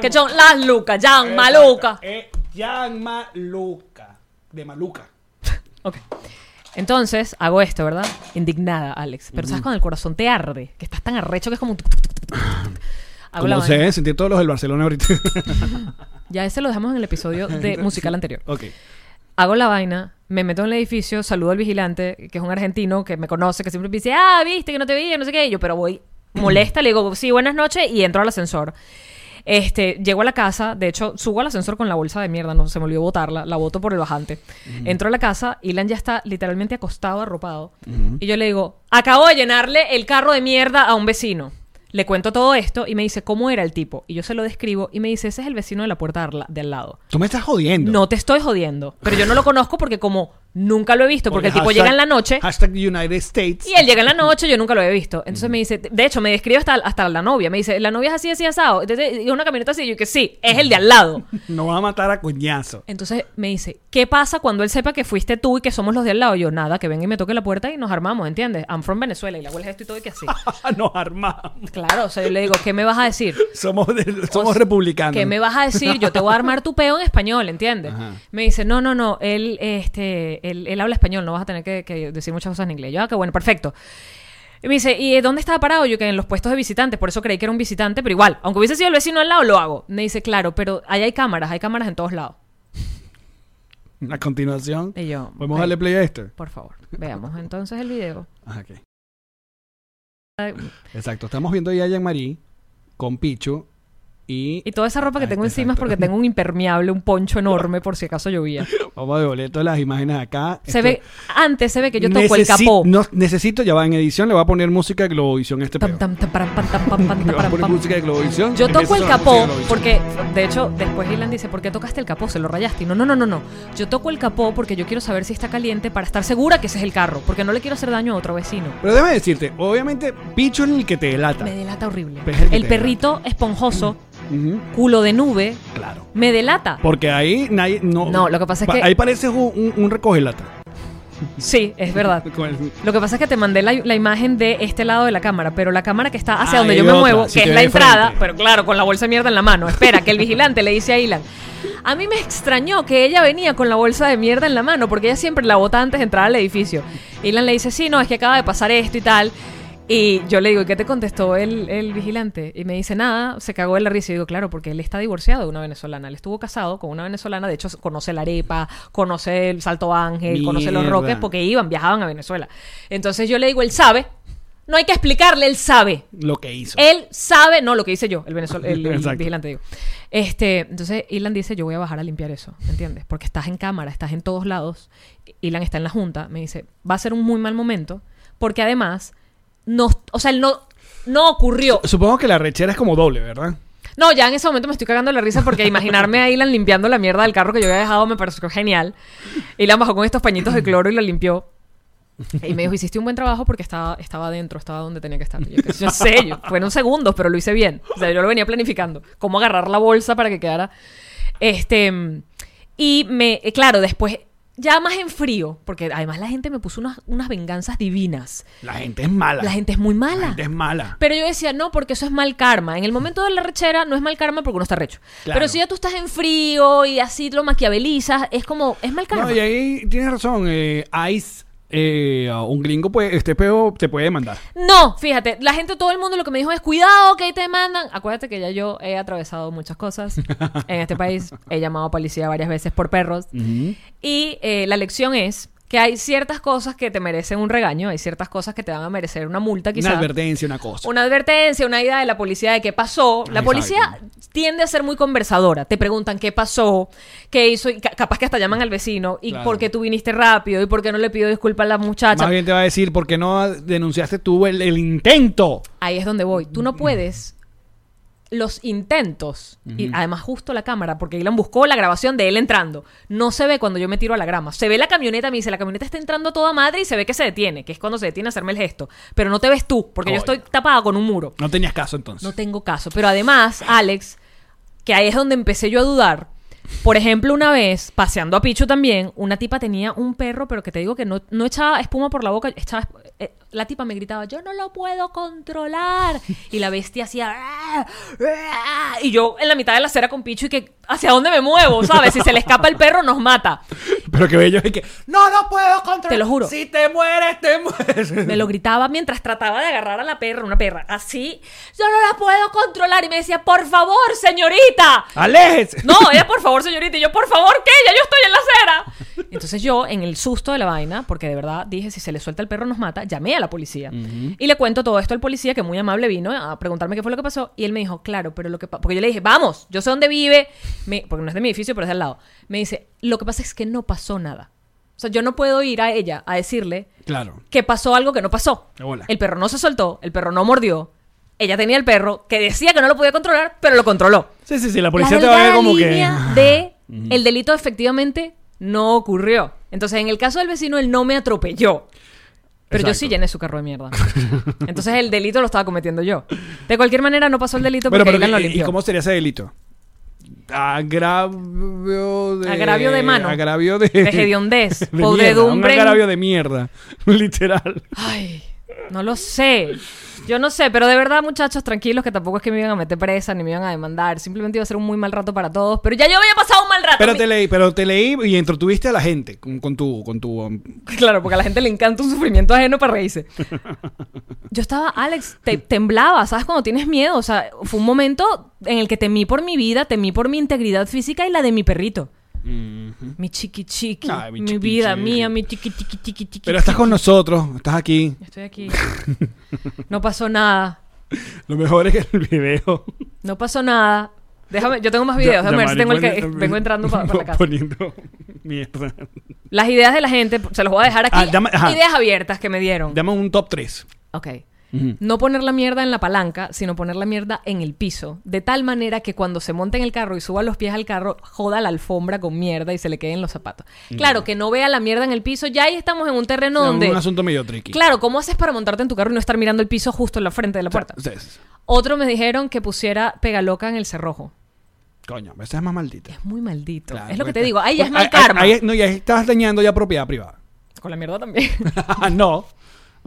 S2: que son las Lucas, Jan Maluca.
S1: Eh, Jan Maluca. De Maluca.
S2: Ok. Entonces, hago esto, ¿verdad? Indignada, Alex. Pero sabes cuando el corazón te arde, que estás tan arrecho que es como... un tuc, tuc, tuc, tuc, tuc. Hago la
S1: Como se
S2: vaina.
S1: deben sentir todos los del Barcelona ahorita.
S2: Ya ese lo dejamos en el episodio de musical anterior.
S1: ok.
S2: Hago la vaina, me meto en el edificio, saludo al vigilante, que es un argentino que me conoce, que siempre me dice, ah, viste que no te vi, no sé qué. Y yo, pero voy molesta, le digo, sí, buenas noches, y entro al ascensor. Este, llego a la casa, de hecho, subo al ascensor con la bolsa de mierda, no se me olvidó botarla, la boto por el bajante. Entro a la casa, Ilan ya está literalmente acostado, arropado, y yo le digo, acabo de llenarle el carro de mierda a un vecino. Le cuento todo esto y me dice, ¿cómo era el tipo? Y yo se lo describo y me dice, ese es el vecino de la puerta arla- de al lado.
S1: Tú me estás jodiendo.
S2: No te estoy jodiendo. Pero yo no lo conozco porque como nunca lo he visto, porque el tipo
S1: hashtag-
S2: llega en la noche
S1: Hashtag United States.
S2: y él llega en la noche, yo nunca lo he visto. Entonces me dice, de hecho me describe hasta, hasta la novia, me dice, la novia es así, así, asado. Entonces, y una camioneta así, y yo que sí, es el de al lado.
S1: No va a matar a coñazo.
S2: Entonces me dice, ¿qué pasa cuando él sepa que fuiste tú y que somos los de al lado? Yo, nada, que venga y me toque la puerta y nos armamos, ¿entiendes? I'm from Venezuela y la huelga es esto y todo y que así.
S1: Ah, Nos armamos.
S2: Claro, o sea, yo le digo, ¿qué me vas a decir?
S1: Somos, de- somos
S2: sea,
S1: republicanos.
S2: ¿Qué me vas a decir? Yo te voy a armar tu peo en español, ¿entiendes?
S1: Ajá.
S2: Me dice, no, no, no, él, este, él, él habla español, no vas a tener que, que decir muchas cosas en inglés. Yo, ah, qué bueno, perfecto. Y me dice, ¿y eh, dónde estaba parado? Yo que en los puestos de visitantes, por eso creí que era un visitante, pero igual, aunque hubiese sido el vecino al lado, lo hago. Me dice, claro, pero ahí hay cámaras, hay cámaras en todos lados.
S1: A continuación,
S2: Y yo,
S1: ¿podemos
S2: "Ve,
S1: darle play a esto?
S2: por favor, veamos entonces el video.
S1: Ah, ok.
S2: Ay,
S1: Exacto. Estamos viendo ya a Jean-Marie con Pichu y,
S2: Y toda esa ropa que
S1: Ay,
S2: tengo encima es
S1: exacto.
S2: porque tengo un impermeable, un poncho enorme, por si acaso llovía.
S1: vamos de boleto las imágenes acá.
S2: Se
S1: Esto-
S2: ve, antes se ve que yo toco el
S1: Necesi-
S2: capó.
S1: no- necesito, ya va en edición, le voy a poner música de Globovisión a este
S2: Tam,
S1: peo.
S2: tam, tam, param, pam, tam, pam, pam,
S1: Le
S2: tam,
S1: voy a
S2: param,
S1: poner
S2: pam.
S1: música de Globovisión.
S2: Yo
S1: Empieza
S2: toco
S1: a
S2: el
S1: sonar música de
S2: capó
S1: Globovisión.
S2: porque, de hecho, después Ilan dice, ¿por qué tocaste el capó? Se lo rayaste. Y no, no, no, no, no. Yo toco el capó porque yo quiero saber si está caliente para estar segura que ese es el carro, porque no le quiero hacer daño a otro vecino.
S1: Pero déjame decirte, obviamente, Pichu es el que te delata.
S2: Me delata horrible.
S1: Pero es el que
S2: El
S1: te
S2: perrito esponjoso,
S1: Ujú,
S2: culo de nube,
S1: Claro.
S2: me delata.
S1: Porque ahí nadie. No,
S2: No, lo que pasa es
S1: pa-
S2: que-
S1: Ahí parece un, un, un recogelata.
S2: Sí, es verdad.
S1: Con el-
S2: Lo que pasa es que te mandé la, la imagen de este lado de la cámara, pero la cámara que está
S1: Ah,
S2: hacia donde
S1: y
S2: yo
S1: hay
S2: me
S1: otra,
S2: muevo,
S1: sí,
S2: que
S1: que
S2: es
S1: ve
S2: la
S1: de
S2: entrada,
S1: frente.
S2: pero claro, con la bolsa de mierda en la mano. Espera, que el vigilante le dice a Ilan. A mí me extrañó que ella venía con la bolsa de mierda en la mano, porque ella siempre la bota antes de entrar al edificio. Ilan le dice, sí, no, es que acaba de pasar esto y tal. Y yo le digo, ¿y qué te contestó el, el vigilante? Y me dice, nada, se cagó de la risa. Y digo, claro, porque él está divorciado de una venezolana. Él estuvo casado con una venezolana, de hecho conoce la arepa, conoce el Salto Ángel, conoce los
S1: Mierda.
S2: roques, porque iban, viajaban a Venezuela. Entonces yo le digo, él sabe. No hay que explicarle, él sabe.
S1: Lo que hizo.
S2: Él sabe, no lo que hice yo, el, venezol- el- el
S1: Exacto.
S2: vigilante, digo. Este, entonces, Ilan dice: Yo voy a bajar a limpiar eso, ¿entiendes? Porque estás en cámara, estás en todos lados. Ilan está en la junta, me dice: Va a ser un muy mal momento, porque además, no, o sea, él no, no ocurrió.
S1: Supongo que la rechera es como doble, ¿verdad?
S2: No, ya en ese momento me estoy cagando la risa porque imaginarme a Ilan limpiando la mierda del carro que yo había dejado me pareció genial. Ilan bajó con estos pañitos de cloro y lo limpió. Y me dijo, hiciste un buen trabajo porque estaba, estaba adentro, estaba donde tenía que estar. Y Yo, que- yo sé, yo, fueron segundos, pero lo hice bien. O sea, yo lo venía planificando. Cómo agarrar la bolsa para que quedara... Este... Y me... eh, Claro, después... Ya más en frío, porque además la gente me puso unas, unas venganzas divinas.
S1: La gente es mala.
S2: La gente es muy mala.
S1: La gente es mala.
S2: Pero yo decía, no, porque eso es mal karma. En el momento de la rechera no es mal karma porque uno está recho.
S1: Claro.
S2: Pero si ya tú estás en frío y así lo maquiavelizas, es como, es mal karma.
S1: No, y ahí tienes razón. eh, Ice, eh, un gringo, puede, este peo te puede demandar.
S2: No, fíjate, la gente, todo el mundo lo que me dijo es, cuidado que ahí te mandan. Acuérdate que ya yo he atravesado muchas cosas en este país. He llamado a policía varias veces por perros. Y eh, la lección es que hay ciertas cosas que te merecen un regaño, hay ciertas cosas que te van a merecer una multa quizás.
S1: Una advertencia, una cosa.
S2: Una advertencia, una idea de la policía de qué pasó. La
S1: Exacto.
S2: policía tiende a ser muy conversadora. Te preguntan qué pasó, qué hizo, y ca- capaz que hasta llaman al vecino, y
S1: Claro.
S2: por qué tú viniste rápido, y por qué no le pidió disculpas a la muchacha.
S1: Más bien te va a decir, ¿por qué no denunciaste tú el, el intento?
S2: Ahí es donde voy.
S1: Mm.
S2: Tú no puedes los intentos, y además justo la cámara, porque Elon buscó la grabación de él entrando. No se ve cuando yo me tiro a la grama. Se ve la camioneta, me dice, la camioneta está entrando a toda madre y se ve que se detiene, que es cuando se detiene a hacerme el gesto. Pero no te ves tú, porque yo
S1: Coño.
S2: estoy tapada con un muro.
S1: No tenías caso entonces.
S2: No tengo caso. Pero además, Alex, que ahí es donde empecé yo a dudar. Por ejemplo, una vez, paseando a Pichu también, una tipa tenía un perro, pero que te digo que no, no echaba espuma por la boca, echaba, eh, la tipa me gritaba, yo no lo puedo controlar. Y la bestia hacía... "Ah, ah", Y yo en la mitad de la acera con Pichu y que, ¿hacia dónde me muevo? ¿Sabes? Si se le escapa el perro, nos mata.
S1: Pero que bello es que, no lo puedo controlar.
S2: Te lo juro.
S1: Si te mueres, te mueres.
S2: Me lo gritaba mientras trataba de agarrar a la perra, una perra, así. Yo no la puedo controlar. Y me decía, por favor, señorita.
S1: ¡Alejes!
S2: No, ella, por favor, señorita. Y yo, por favor, ¿qué? Ya yo estoy en la acera. Entonces yo, en el susto de la vaina, porque de verdad dije, si se le suelta el perro nos mata, llamé a la policía. Y le cuento todo esto al policía, que muy amable vino a preguntarme qué fue lo que pasó. Y él me dijo, claro, pero lo que... pa-" Porque yo le dije, vamos, yo sé dónde vive. Me- Porque no es de mi edificio, pero es de al lado. Me dice, lo que pasa es que no pasó nada. O sea, yo no puedo ir a ella a decirle
S1: Claro.
S2: que pasó algo que no pasó.
S1: De bola.
S2: El perro no se soltó, el perro no mordió. Ella tenía el perro que decía que no lo podía controlar, pero lo controló.
S1: Sí, sí, sí, la policía te
S2: La
S1: va a ver
S2: delgada
S1: como
S2: línea
S1: que.
S2: de el delito efectivamente no ocurrió. Entonces, en el caso del vecino, él no me atropelló. Pero yo
S1: Exacto.
S2: sí llené su carro de mierda. Entonces el delito lo estaba cometiendo yo. De cualquier manera no pasó el delito porque
S1: Bueno, pero
S2: Dylan lo
S1: ¿y- ¿y
S2: limpió.
S1: cómo sería ese delito? Agravio de.
S2: Agravio de mano.
S1: Agravio de.
S2: De hediondez,
S1: de
S2: podredumbre.
S1: mierda, Un agravio de mierda. Literal.
S2: Ay, no lo sé. Yo no sé, pero de verdad, muchachos, tranquilos, que tampoco es que me iban a meter presa ni me iban a demandar. Simplemente iba a ser un muy mal rato para todos. Pero ya yo había pasado un mal rato.
S1: Pero
S2: Mi-
S1: te leí, pero te leí y entretuviste a la gente con, con tu. Con tu um,
S2: Claro, porque a la gente le encanta un sufrimiento ajeno para reírse. Yo estaba, Alex, te- temblaba, ¿sabes? Cuando tienes miedo. O sea, fue un momento en el que temí por mi vida, temí por mi integridad física y la de mi perrito. Mi chiqui chiqui,
S1: Ay, mi
S2: mi,
S1: chiqui
S2: vida
S1: chiqui.
S2: mía, mi chiqui chiqui chiqui chiqui.
S1: pero estás con nosotros, estás aquí.
S2: Estoy aquí. No pasó nada.
S1: Lo mejor es que el video.
S2: No pasó nada. Déjame, yo tengo más videos. Déjame ver si tengo el que vengo entrando para, la casa.
S1: Poniendo mierda.
S2: Las ideas de la gente, se los voy a dejar aquí.
S1: Ah, dame- ajá.
S2: ideas abiertas que me dieron.
S1: Dame un top 3.
S2: ok. No poner la mierda en la palanca, sino poner la mierda en el piso. De tal manera que cuando se monte en el carro y suba los pies al carro, joda la alfombra con mierda y se le queden los zapatos. Claro, que no vea la mierda en el piso. Ya ahí estamos en un terreno donde.
S1: Un asunto medio tricky.
S2: Claro, ¿cómo haces para montarte en tu carro y no estar mirando el piso justo en la frente de la puerta?
S1: O sea, es-
S2: Otro me dijeron que pusiera pegaloca en el cerrojo.
S1: coño, esa es más maldita.
S2: Es muy maldito.
S1: Claro, Pues,
S2: es lo que
S1: porque-
S2: te digo. Ahí ya es mal
S1: ahí-
S2: karma.
S1: ahí- no, ya estás dañando ya propiedad privada.
S2: Con la mierda también.
S1: no.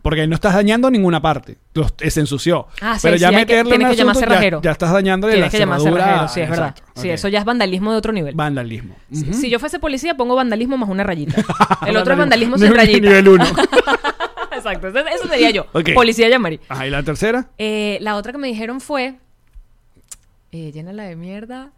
S1: Porque no estás dañando ninguna parte. Los, eh, se ensució.
S2: Ah, sí,
S1: Pero ya
S2: sí, hay que-
S1: meterle
S2: tienes
S1: un
S2: que llamar
S1: asunto,
S2: cerrajero.
S1: ya, ya estás dañando de la
S2: Tienes que llamar
S1: cerradura.
S2: cerrajero, sí, es verdad.
S1: Exacto,
S2: Sí,
S1: ok.
S2: eso ya es vandalismo de otro nivel.
S1: Vandalismo.
S2: Si-
S1: Ujú.
S2: Si yo fuese policía, pongo vandalismo más una rayita. El otro es vandalismo sin
S1: Nivel-
S2: rayita.
S1: Nivel 1.
S2: Exacto, eso, eso sería yo.
S1: Ok.
S2: Policía llamarí.
S1: Ajá, y la tercera.
S2: Eh, la otra que me dijeron fue. Eh, llénala de mierda.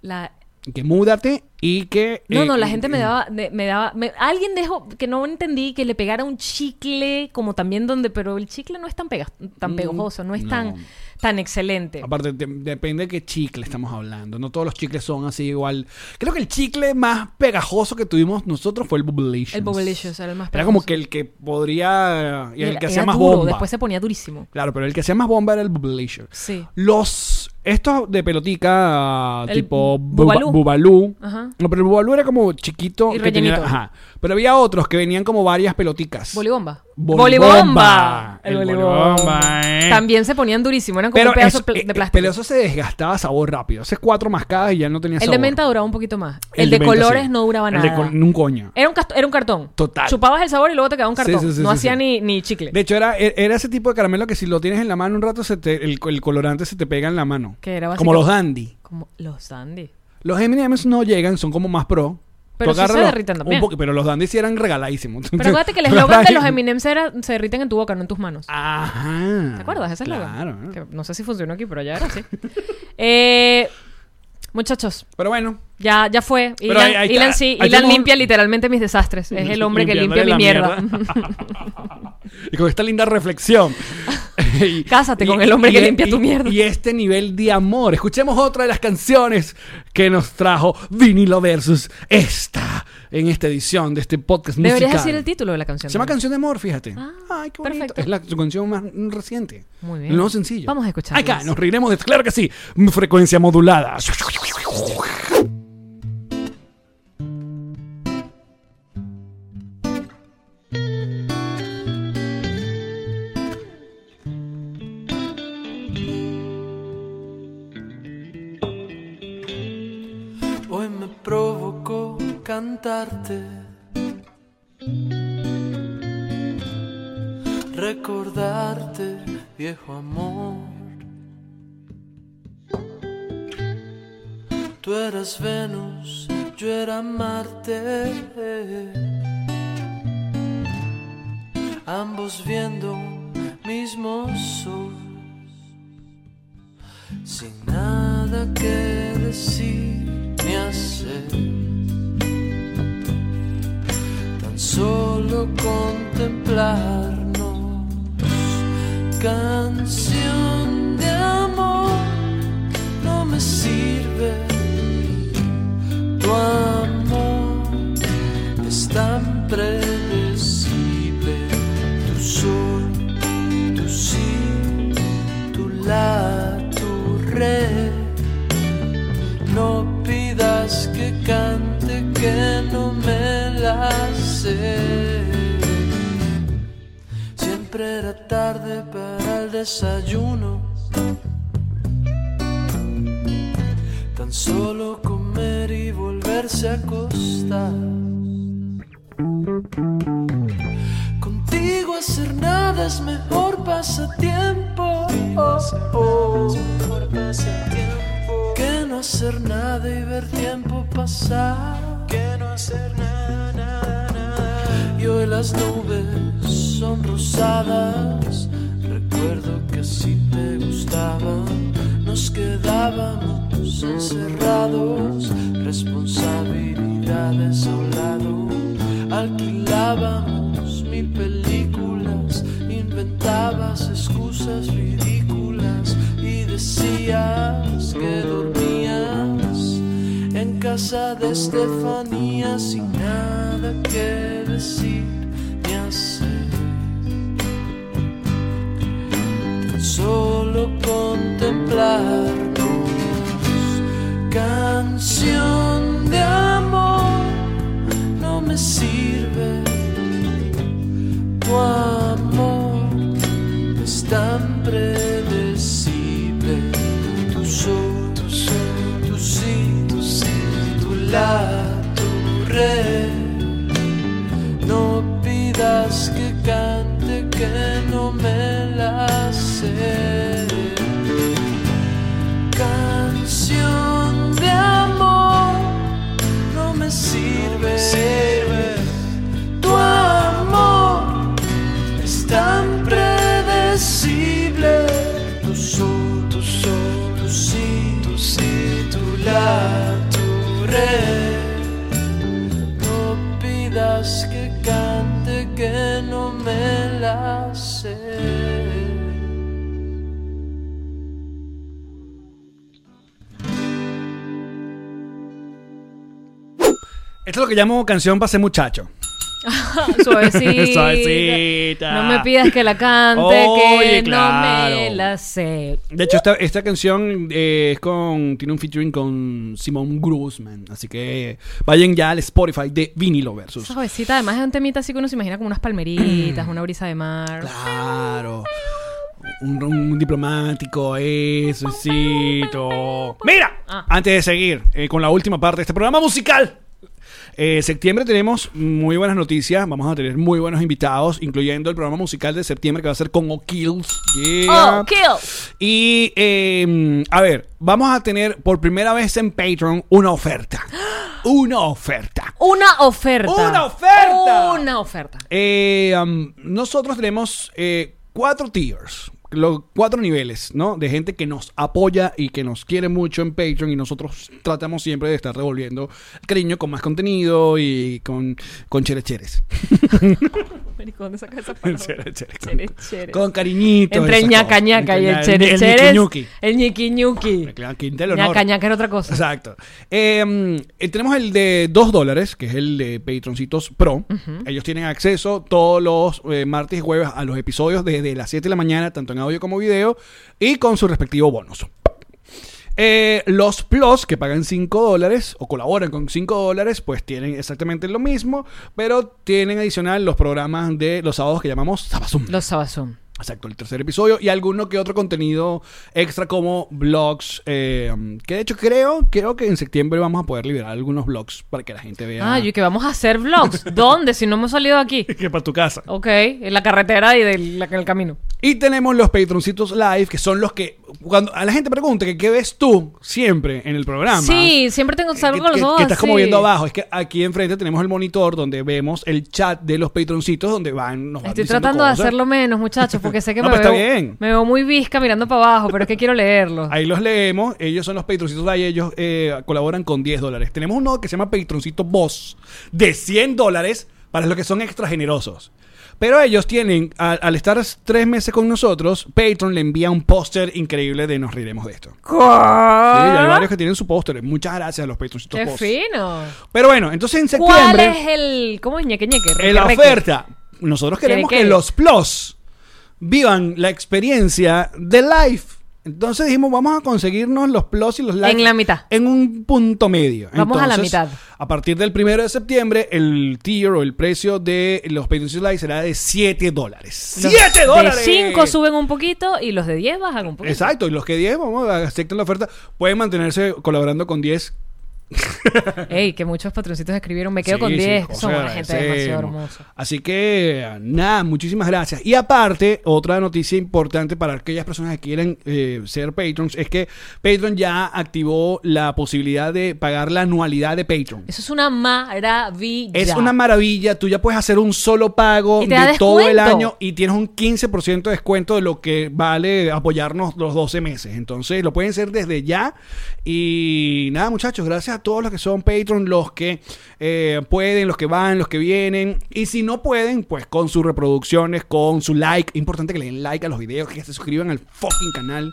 S2: La.
S1: Que múdate y que.
S2: No,
S1: eh,
S2: no, la gente me daba, de- me daba, me- alguien dejó que no entendí que le pegara un chicle, como también donde, pero el chicle no es tan pega- tan pegajoso, no es tan, tan excelente.
S1: Aparte, de- depende de qué chicle estamos hablando. No todos los chicles son así igual. Creo que el chicle más pegajoso que tuvimos nosotros fue el Bubblicious.
S2: El Bubblicious era el más
S1: Era como
S2: pegajoso.
S1: que el que podría. Y el
S2: Era-
S1: que hacía
S2: era
S1: más
S2: duro,
S1: bomba.
S2: Después se ponía durísimo.
S1: Claro, pero el que hacía más bomba era el Bubblicious.
S2: Sí.
S1: Los. Estos de pelotica, ah,
S2: El
S1: tipo
S2: Bubalú.
S1: Buba- Bubalú.
S2: Ajá.
S1: No, pero el Bubalú era como chiquito.
S2: Y
S1: que tenía-
S2: rellenito.
S1: ajá. Pero había otros que venían como varias peloticas.
S2: Bolibomba.
S1: Bolibomba.
S2: El
S1: El
S2: bolibomba.
S1: bolibomba, eh.
S2: También se ponían durísimo, eran como
S1: Pero
S2: un pedazo
S1: eso,
S2: pl-
S1: eh,
S2: de plástico.
S1: pero eso se desgastaba sabor rápido. Haces cuatro mascadas y ya no tenía
S2: el
S1: sabor.
S2: de menta duraba un poquito más. El,
S1: El
S2: de,
S1: menta,
S2: colores
S1: sí.
S2: no duraba
S1: El
S2: nada.
S1: de col- un coño.
S2: Era un, cast- era un cartón.
S1: Total.
S2: Chupabas el sabor y luego te quedaba un
S1: Sí,
S2: cartón.
S1: sí, sí,
S2: no
S1: sí,
S2: hacía
S1: sí.
S2: Ni, ni chicle.
S1: De hecho, era, e, era ese tipo de caramelo que si lo tienes en la mano un rato, se te- el, el colorante se te pega en la mano.
S2: Que era
S1: como
S2: básicamente-
S1: los dandy.
S2: Como los dandy.
S1: Los M&M's no llegan, son como más pro.
S2: Pero
S1: Tú
S2: sí se
S1: agárralos
S2: derriten
S1: un
S2: también.
S1: poqu- pero los dandy sí eran regaladísimos.
S2: Pero acuérdate que el eslogan de los Eminems era se derriten en tu boca, no en tus manos.
S1: Ajá.
S2: ¿Te acuerdas? Ese eslogan.
S1: Ah, Claro.
S2: Que no sé si funcionó aquí, pero ya era así. Eh, muchachos,
S1: Pero bueno,
S2: ya, ya fue.
S1: Pero
S2: Ilan,
S1: ahí- ahí está.
S2: Ilan sí,
S1: Ahí
S2: Ilan
S1: tenemos un-
S2: limpia literalmente mis desastres. Es el hombre que limpia mi
S1: Limpiándole
S2: mierda.
S1: la y con esta linda reflexión. Y- e
S2: Cásate con el hombre que limpia tu mierda.
S1: Y este nivel de amor. Escuchemos otra de las canciones que nos trajo Vinilo versus esta en esta edición de este podcast musical.
S2: Deberías decir el título de la canción.
S1: Se llama
S2: también.
S1: Canción de Amor, fíjate.
S2: Ah,
S1: Ay, qué bonito.
S2: perfecto.
S1: Es la, su canción más reciente.
S2: Muy bien.
S1: El nuevo sencillo.
S2: Vamos a escucharla.
S1: Acá, nos reiremos de... Claro que sí. Frecuencia modulada.
S4: Hoy me provocó cantarte. Recordarte, viejo amor. Tú eras Venus, yo era Marte. Ambos viendo un mismo sol sin nada que decir ni hacer. Tan solo contemplarnos. Canción de amor no me sirve. Tu amor es tan predecible. Tu sol, tu sí tu la, tu re. No pidas que cante que no me la sé. Siempre era tarde para el desayuno. Tan solo comer y volverse a acostar. Contigo hacer nada es mejor pasatiempo. Oh, Que no hacer nada y ver tiempo pasar. Que no hacer nada, Y hoy las nubes son rosadas. Recuerdo que si te gustaba, nos quedábamos encerrados. Responsabilidades a un lado. Alquilábamos mil películas. Inventabas excusas ridículas y decías que dormías en casa de Estefanía sin nada que decir ni hacer. Tan Solo contemplarnos, canción de amor no me sirve tu amor es tan predecible. Tu sol, tu sol, tu sí, tu sí, tu la, tu re. No pidas que cante que no me la sé. Canción de amor no me sirve. Tu amor es sol, tu si, tu si, tu la, tu re. No pidas que cante que no me la sé.
S1: Esto es lo que llamo canción para ser muchacho.
S2: Suavecita.
S1: Suavecita.
S2: No me pidas que la cante,
S1: Oye,
S2: que
S1: claro.
S2: no me la sé.
S1: De hecho, esta, esta canción eh, es con, tiene un featuring con Simón Grossman. Así que vayan ya al Spotify de Vinilo Versus.
S2: Esa suavecita, además es un temita así que uno se imagina como unas palmeritas, una brisa de mar.
S1: Claro. Un, un diplomático, eso, cito. Mira,
S2: Ah.
S1: antes de seguir eh, con la última parte de este programa musical. eh, septiembre tenemos muy buenas noticias. Vamos a tener muy buenos invitados, incluyendo el programa musical de septiembre que va a ser con O'Kills. Yeah.
S2: Oh, kill.
S1: Y eh, a ver, vamos a tener por primera vez en Patreon una oferta. Una oferta.
S2: Una oferta.
S1: ¡Una oferta!
S2: Una oferta.
S1: Eh, am, nosotros tenemos eh, cuatro tiers. Los cuatro niveles, ¿no? De gente que nos apoya y que nos quiere mucho en Patreon y nosotros tratamos siempre de estar revolviendo cariño con más contenido y con, con cherecheres.
S2: Marico, ¿dónde sacas esa palabra?
S1: Cherecheres, con-
S2: Cherecheres.
S1: Con cariñito.
S2: Entre el ñaca ñaca y el cherecheres.
S1: El ñiquiñuqui.
S2: El ñiqui ñuqui.
S1: Claro, Quintel Honor.
S2: Ñaca ñaca era otra cosa.
S1: Exacto. Eh, eh, tenemos el de 2 dólares, que es el de Patroncitos Pro. Ellos tienen acceso todos los eh, martes y jueves a los episodios desde las 7 de la mañana, tanto en audio como video, y con su respectivo bonus. Eh, los Plus, que pagan 5 dólares o colaboran con 5 dólares, pues tienen exactamente lo mismo, pero tienen adicional los programas de los sábados que llamamos Sabazum.
S2: Los Sabazum.
S1: Exacto, el tercer episodio y alguno que otro contenido extra como blogs, eh, que de hecho creo, creo que en septiembre vamos a poder liberar algunos blogs para que la gente vea.
S2: Ah, yo que vamos a hacer vlogs. ¿Dónde? Si no hemos salido de aquí.
S1: que para tu casa.
S2: Ok, en la carretera y del, la- en el camino.
S1: Y tenemos los Patroncitos Live, que son los que, cuando a la gente pregunta que qué ves tú siempre en el programa. eh,
S2: Sí, siempre tengo
S1: que-
S2: salgo con los
S1: que-
S2: ojos.
S1: que estás como
S2: así.
S1: viendo abajo. Es que aquí enfrente tenemos el monitor donde vemos el chat de los patroncitos donde van. Nos van
S2: Estoy
S1: diciendo
S2: tratando de
S1: cosas.
S2: hacerlo menos, muchachos, porque sé que
S1: No,
S2: me,
S1: pero está
S2: veo,
S1: bien.
S2: me veo muy visca mirando para abajo, pero es que quiero leerlo.
S1: Ahí los leemos, ellos son los patroncitos de ahí, ellos eh, colaboran con 10 dólares. Tenemos uno que se llama Patroncito Boss de 100 dólares para los que son extra generosos. Pero ellos tienen, al, al estar tres meses con nosotros, Patreon le envía un póster increíble de Nos Riremos de Esto. Sí, hay varios que tienen su póster. Muchas gracias a los Patroncitos
S2: Ah. ¡Qué
S1: Boss.
S2: fino!
S1: Pero bueno, entonces en
S2: ¿Cuál
S1: septiembre,
S2: es el. ¿Cómo es ñeque ñeque? Reque,
S1: en la
S2: reque.
S1: oferta, nosotros queremos
S2: ¿Quiere
S1: que
S2: qué?
S1: los Plus vivan la experiencia de live. Entonces dijimos, vamos a conseguirnos los Plus y los Live
S2: En la mitad.
S1: en un punto medio.
S2: Vamos a la mitad.
S1: A partir del primero de septiembre, el tier o el precio de los Patreon Live será de 7 dólares.
S2: Los
S1: ¡7 dólares!
S2: De 5 suben un poquito y los de 10 bajan un poquito.
S1: Exacto, y los que 10, vamos, aceptan la oferta. Pueden mantenerse colaborando con 10.
S2: Ey, que muchos patroncitos escribieron. Me quedo
S1: Sí,
S2: con
S1: sí,
S2: 10.
S1: o
S2: Son
S1: sea,
S2: una gente
S1: agradecemos.
S2: demasiado hermosa.
S1: Así que, nada, muchísimas gracias. Y aparte, otra noticia importante para aquellas personas que quieran eh, ser patrons es que Patreon ya activó la posibilidad de pagar la anualidad de Patreon.
S2: Eso es una maravilla.
S1: Es una maravilla, tú ya puedes hacer un solo pago
S2: Y
S1: de
S2: te da
S1: todo el
S2: descuento.
S1: año y tienes un 15% de descuento de lo que vale apoyarnos los 12 meses. Entonces lo pueden hacer desde ya. Y nada muchachos, gracias a todos los que son Patreon, los que eh, pueden, los que van, los que vienen. Y si no pueden, pues con sus reproducciones, con su like. Importante que le den like a los videos, que se suscriban al fucking canal,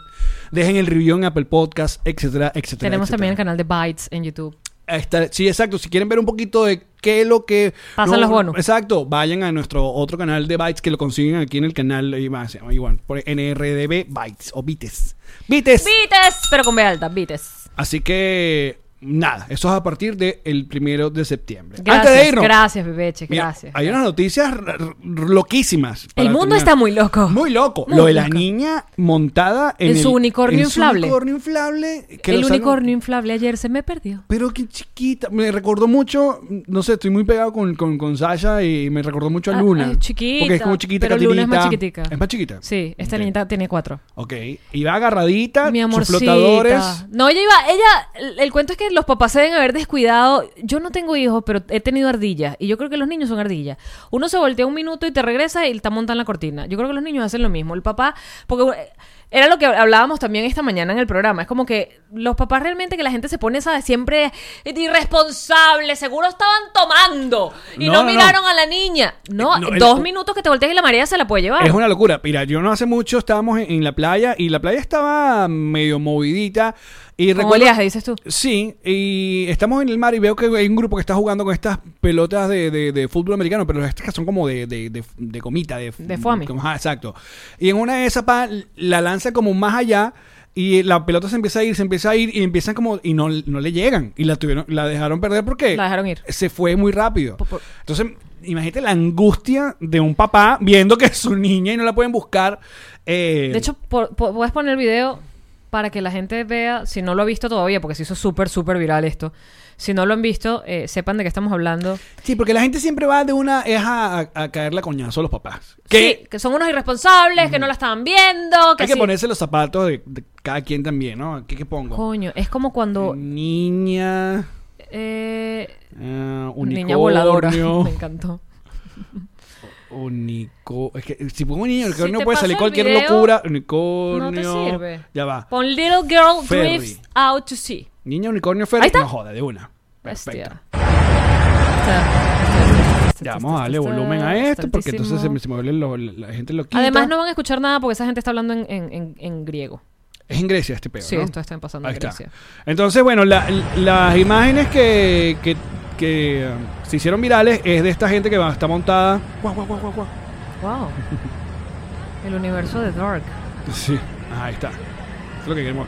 S1: dejen el review en Apple Podcast, etcétera, etcétera.
S2: Tenemos
S1: etcétera.
S2: también el canal de Bytes en YouTube.
S1: Ahí está. Sí, exacto. Si quieren ver un poquito de qué es lo que...
S2: Pasan los bonos.
S1: Exacto. Vayan a nuestro otro canal de Bytes que lo consiguen aquí en el canal. eh, más, se llama Igual, por NRDB Bytes o Bites. Bites.
S2: Vites, pero con B alta, Vites.
S1: Así que... Nada, eso es a partir del primero de septiembre.
S2: Gracias,
S1: Antes de irnos.
S2: gracias, Bebeche,
S1: mira,
S2: gracias.
S1: Hay unas noticias r- r- loquísimas. para
S2: el mundo
S1: terminar.
S2: está muy loco.
S1: Muy loco.
S2: Muy
S1: lo de la
S2: loco.
S1: niña montada en,
S2: En su
S1: el-
S2: unicornio
S1: en su
S2: inflable.
S1: unicornio inflable. que
S2: el
S1: lo sal-
S2: unicornio inflable ayer se me perdió.
S1: Pero qué chiquita. Me recordó mucho, no sé, estoy muy pegado con, con, con Sasha y me recordó mucho a
S2: Ah,
S1: Luna.
S2: es chiquita,
S1: Porque es como chiquita,
S2: pero Luna es más
S1: catirita.
S2: chiquitica.
S1: Es más chiquita.
S2: Sí, esta
S1: Ok.
S2: niñita tiene cuatro.
S1: Ok. Y va agarradita,
S2: Mi
S1: sus
S2: amorcita. Ah.
S1: flotadores.
S2: No, ella iba, ella, el, el cuento es que los papás se deben haber descuidado. Yo no tengo hijos, pero he tenido ardillas. Y yo creo que los niños son ardillas. Uno se voltea un minuto y te regresa y está montada en la cortina. Yo creo que los niños hacen lo mismo. El papá, porque eh, Era lo que hablábamos también esta mañana en el programa. Es como que los papás realmente que la gente se pone esa de siempre irresponsable, seguro estaban tomando y
S1: No,
S2: no,
S1: no, no.
S2: miraron a la niña. No,
S1: No, el-
S2: dos minutos que te voltees y la marea se la puede llevar.
S1: Es una locura. Mira, yo no hace mucho estábamos en, en la playa y la playa estaba medio movidita. Y
S2: Con
S1: recuerdo,
S2: oleaje, dices tú.
S1: Sí, y estamos en el mar y veo que hay un grupo que está jugando con estas pelotas de, de- de fútbol americano, pero estas que son como de, de, de- de gomita, de,
S2: De foamy.
S1: como- ajá, exacto. Y en una de esas pa, la lanza como más allá y la pelota se empieza a ir, se empieza a ir y empiezan como y no, no le llegan y la tuvieron, la dejaron perder porque
S2: La dejaron ir.
S1: se fue muy rápido.
S2: Por- por-
S1: Entonces, imagínate la angustia de un papá viendo que es su niña y no la pueden buscar. eh,
S2: De hecho, por- po- puedes poner el video para que la gente vea, si no lo ha visto todavía, porque se hizo súper, súper viral esto. Si no lo han visto, eh, sepan de qué estamos hablando.
S1: sí, porque la gente siempre va de una es a, a- a caer la coñazo a los papás. Que-
S2: Sí, que son unos irresponsables, que no la estaban viendo. Que
S1: Hay que
S2: sí.
S1: ponerse los zapatos de, de cada quien también, ¿no? ¿Qué, qué pongo?
S2: Coño, es como cuando.
S1: Niña,
S2: eh,
S1: eh, unicornio,
S2: niña voladora. Me encantó.
S1: unico- Es que si pongo niña, unicornio
S2: te
S1: puede
S2: paso
S1: salir
S2: el
S1: cualquier
S2: video,
S1: locura. Unicornio.
S2: no te sirve.
S1: Ya va.
S2: Pon Little Girl
S1: Ferry.
S2: Drifts Out to Sea.
S1: Niña, unicornio, ferro.
S2: Ahí está.
S1: No joda, de una. Perfecto.
S2: Bestia. Este Está-
S1: Ya vamos a darle volumen a
S2: está
S1: esto porque entonces se
S2: altísimo.
S1: me, se me vuelve lo- la, la gente lo quita.
S2: Además, no van a escuchar nada porque esa gente está hablando en, en- en- en griego.
S1: Es en Grecia este pedo,
S2: Sí,
S1: ¿no?
S2: esto está pasando
S1: Ahí
S2: en
S1: está.
S2: Grecia.
S1: Entonces, bueno, la- las imágenes que, que- que, eh, se hicieron virales es de esta gente que va, está montada. Guau, guau, guau, guau, guau.
S2: Wow. El universo de Dark.
S1: Sí, Ah, ahí está. Es lo que queremos.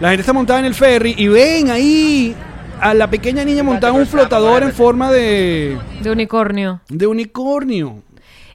S1: La gente está montada en el ferry y ven ahí a la pequeña niña montada en un flotador en forma de,
S2: De unicornio.
S1: de unicornio.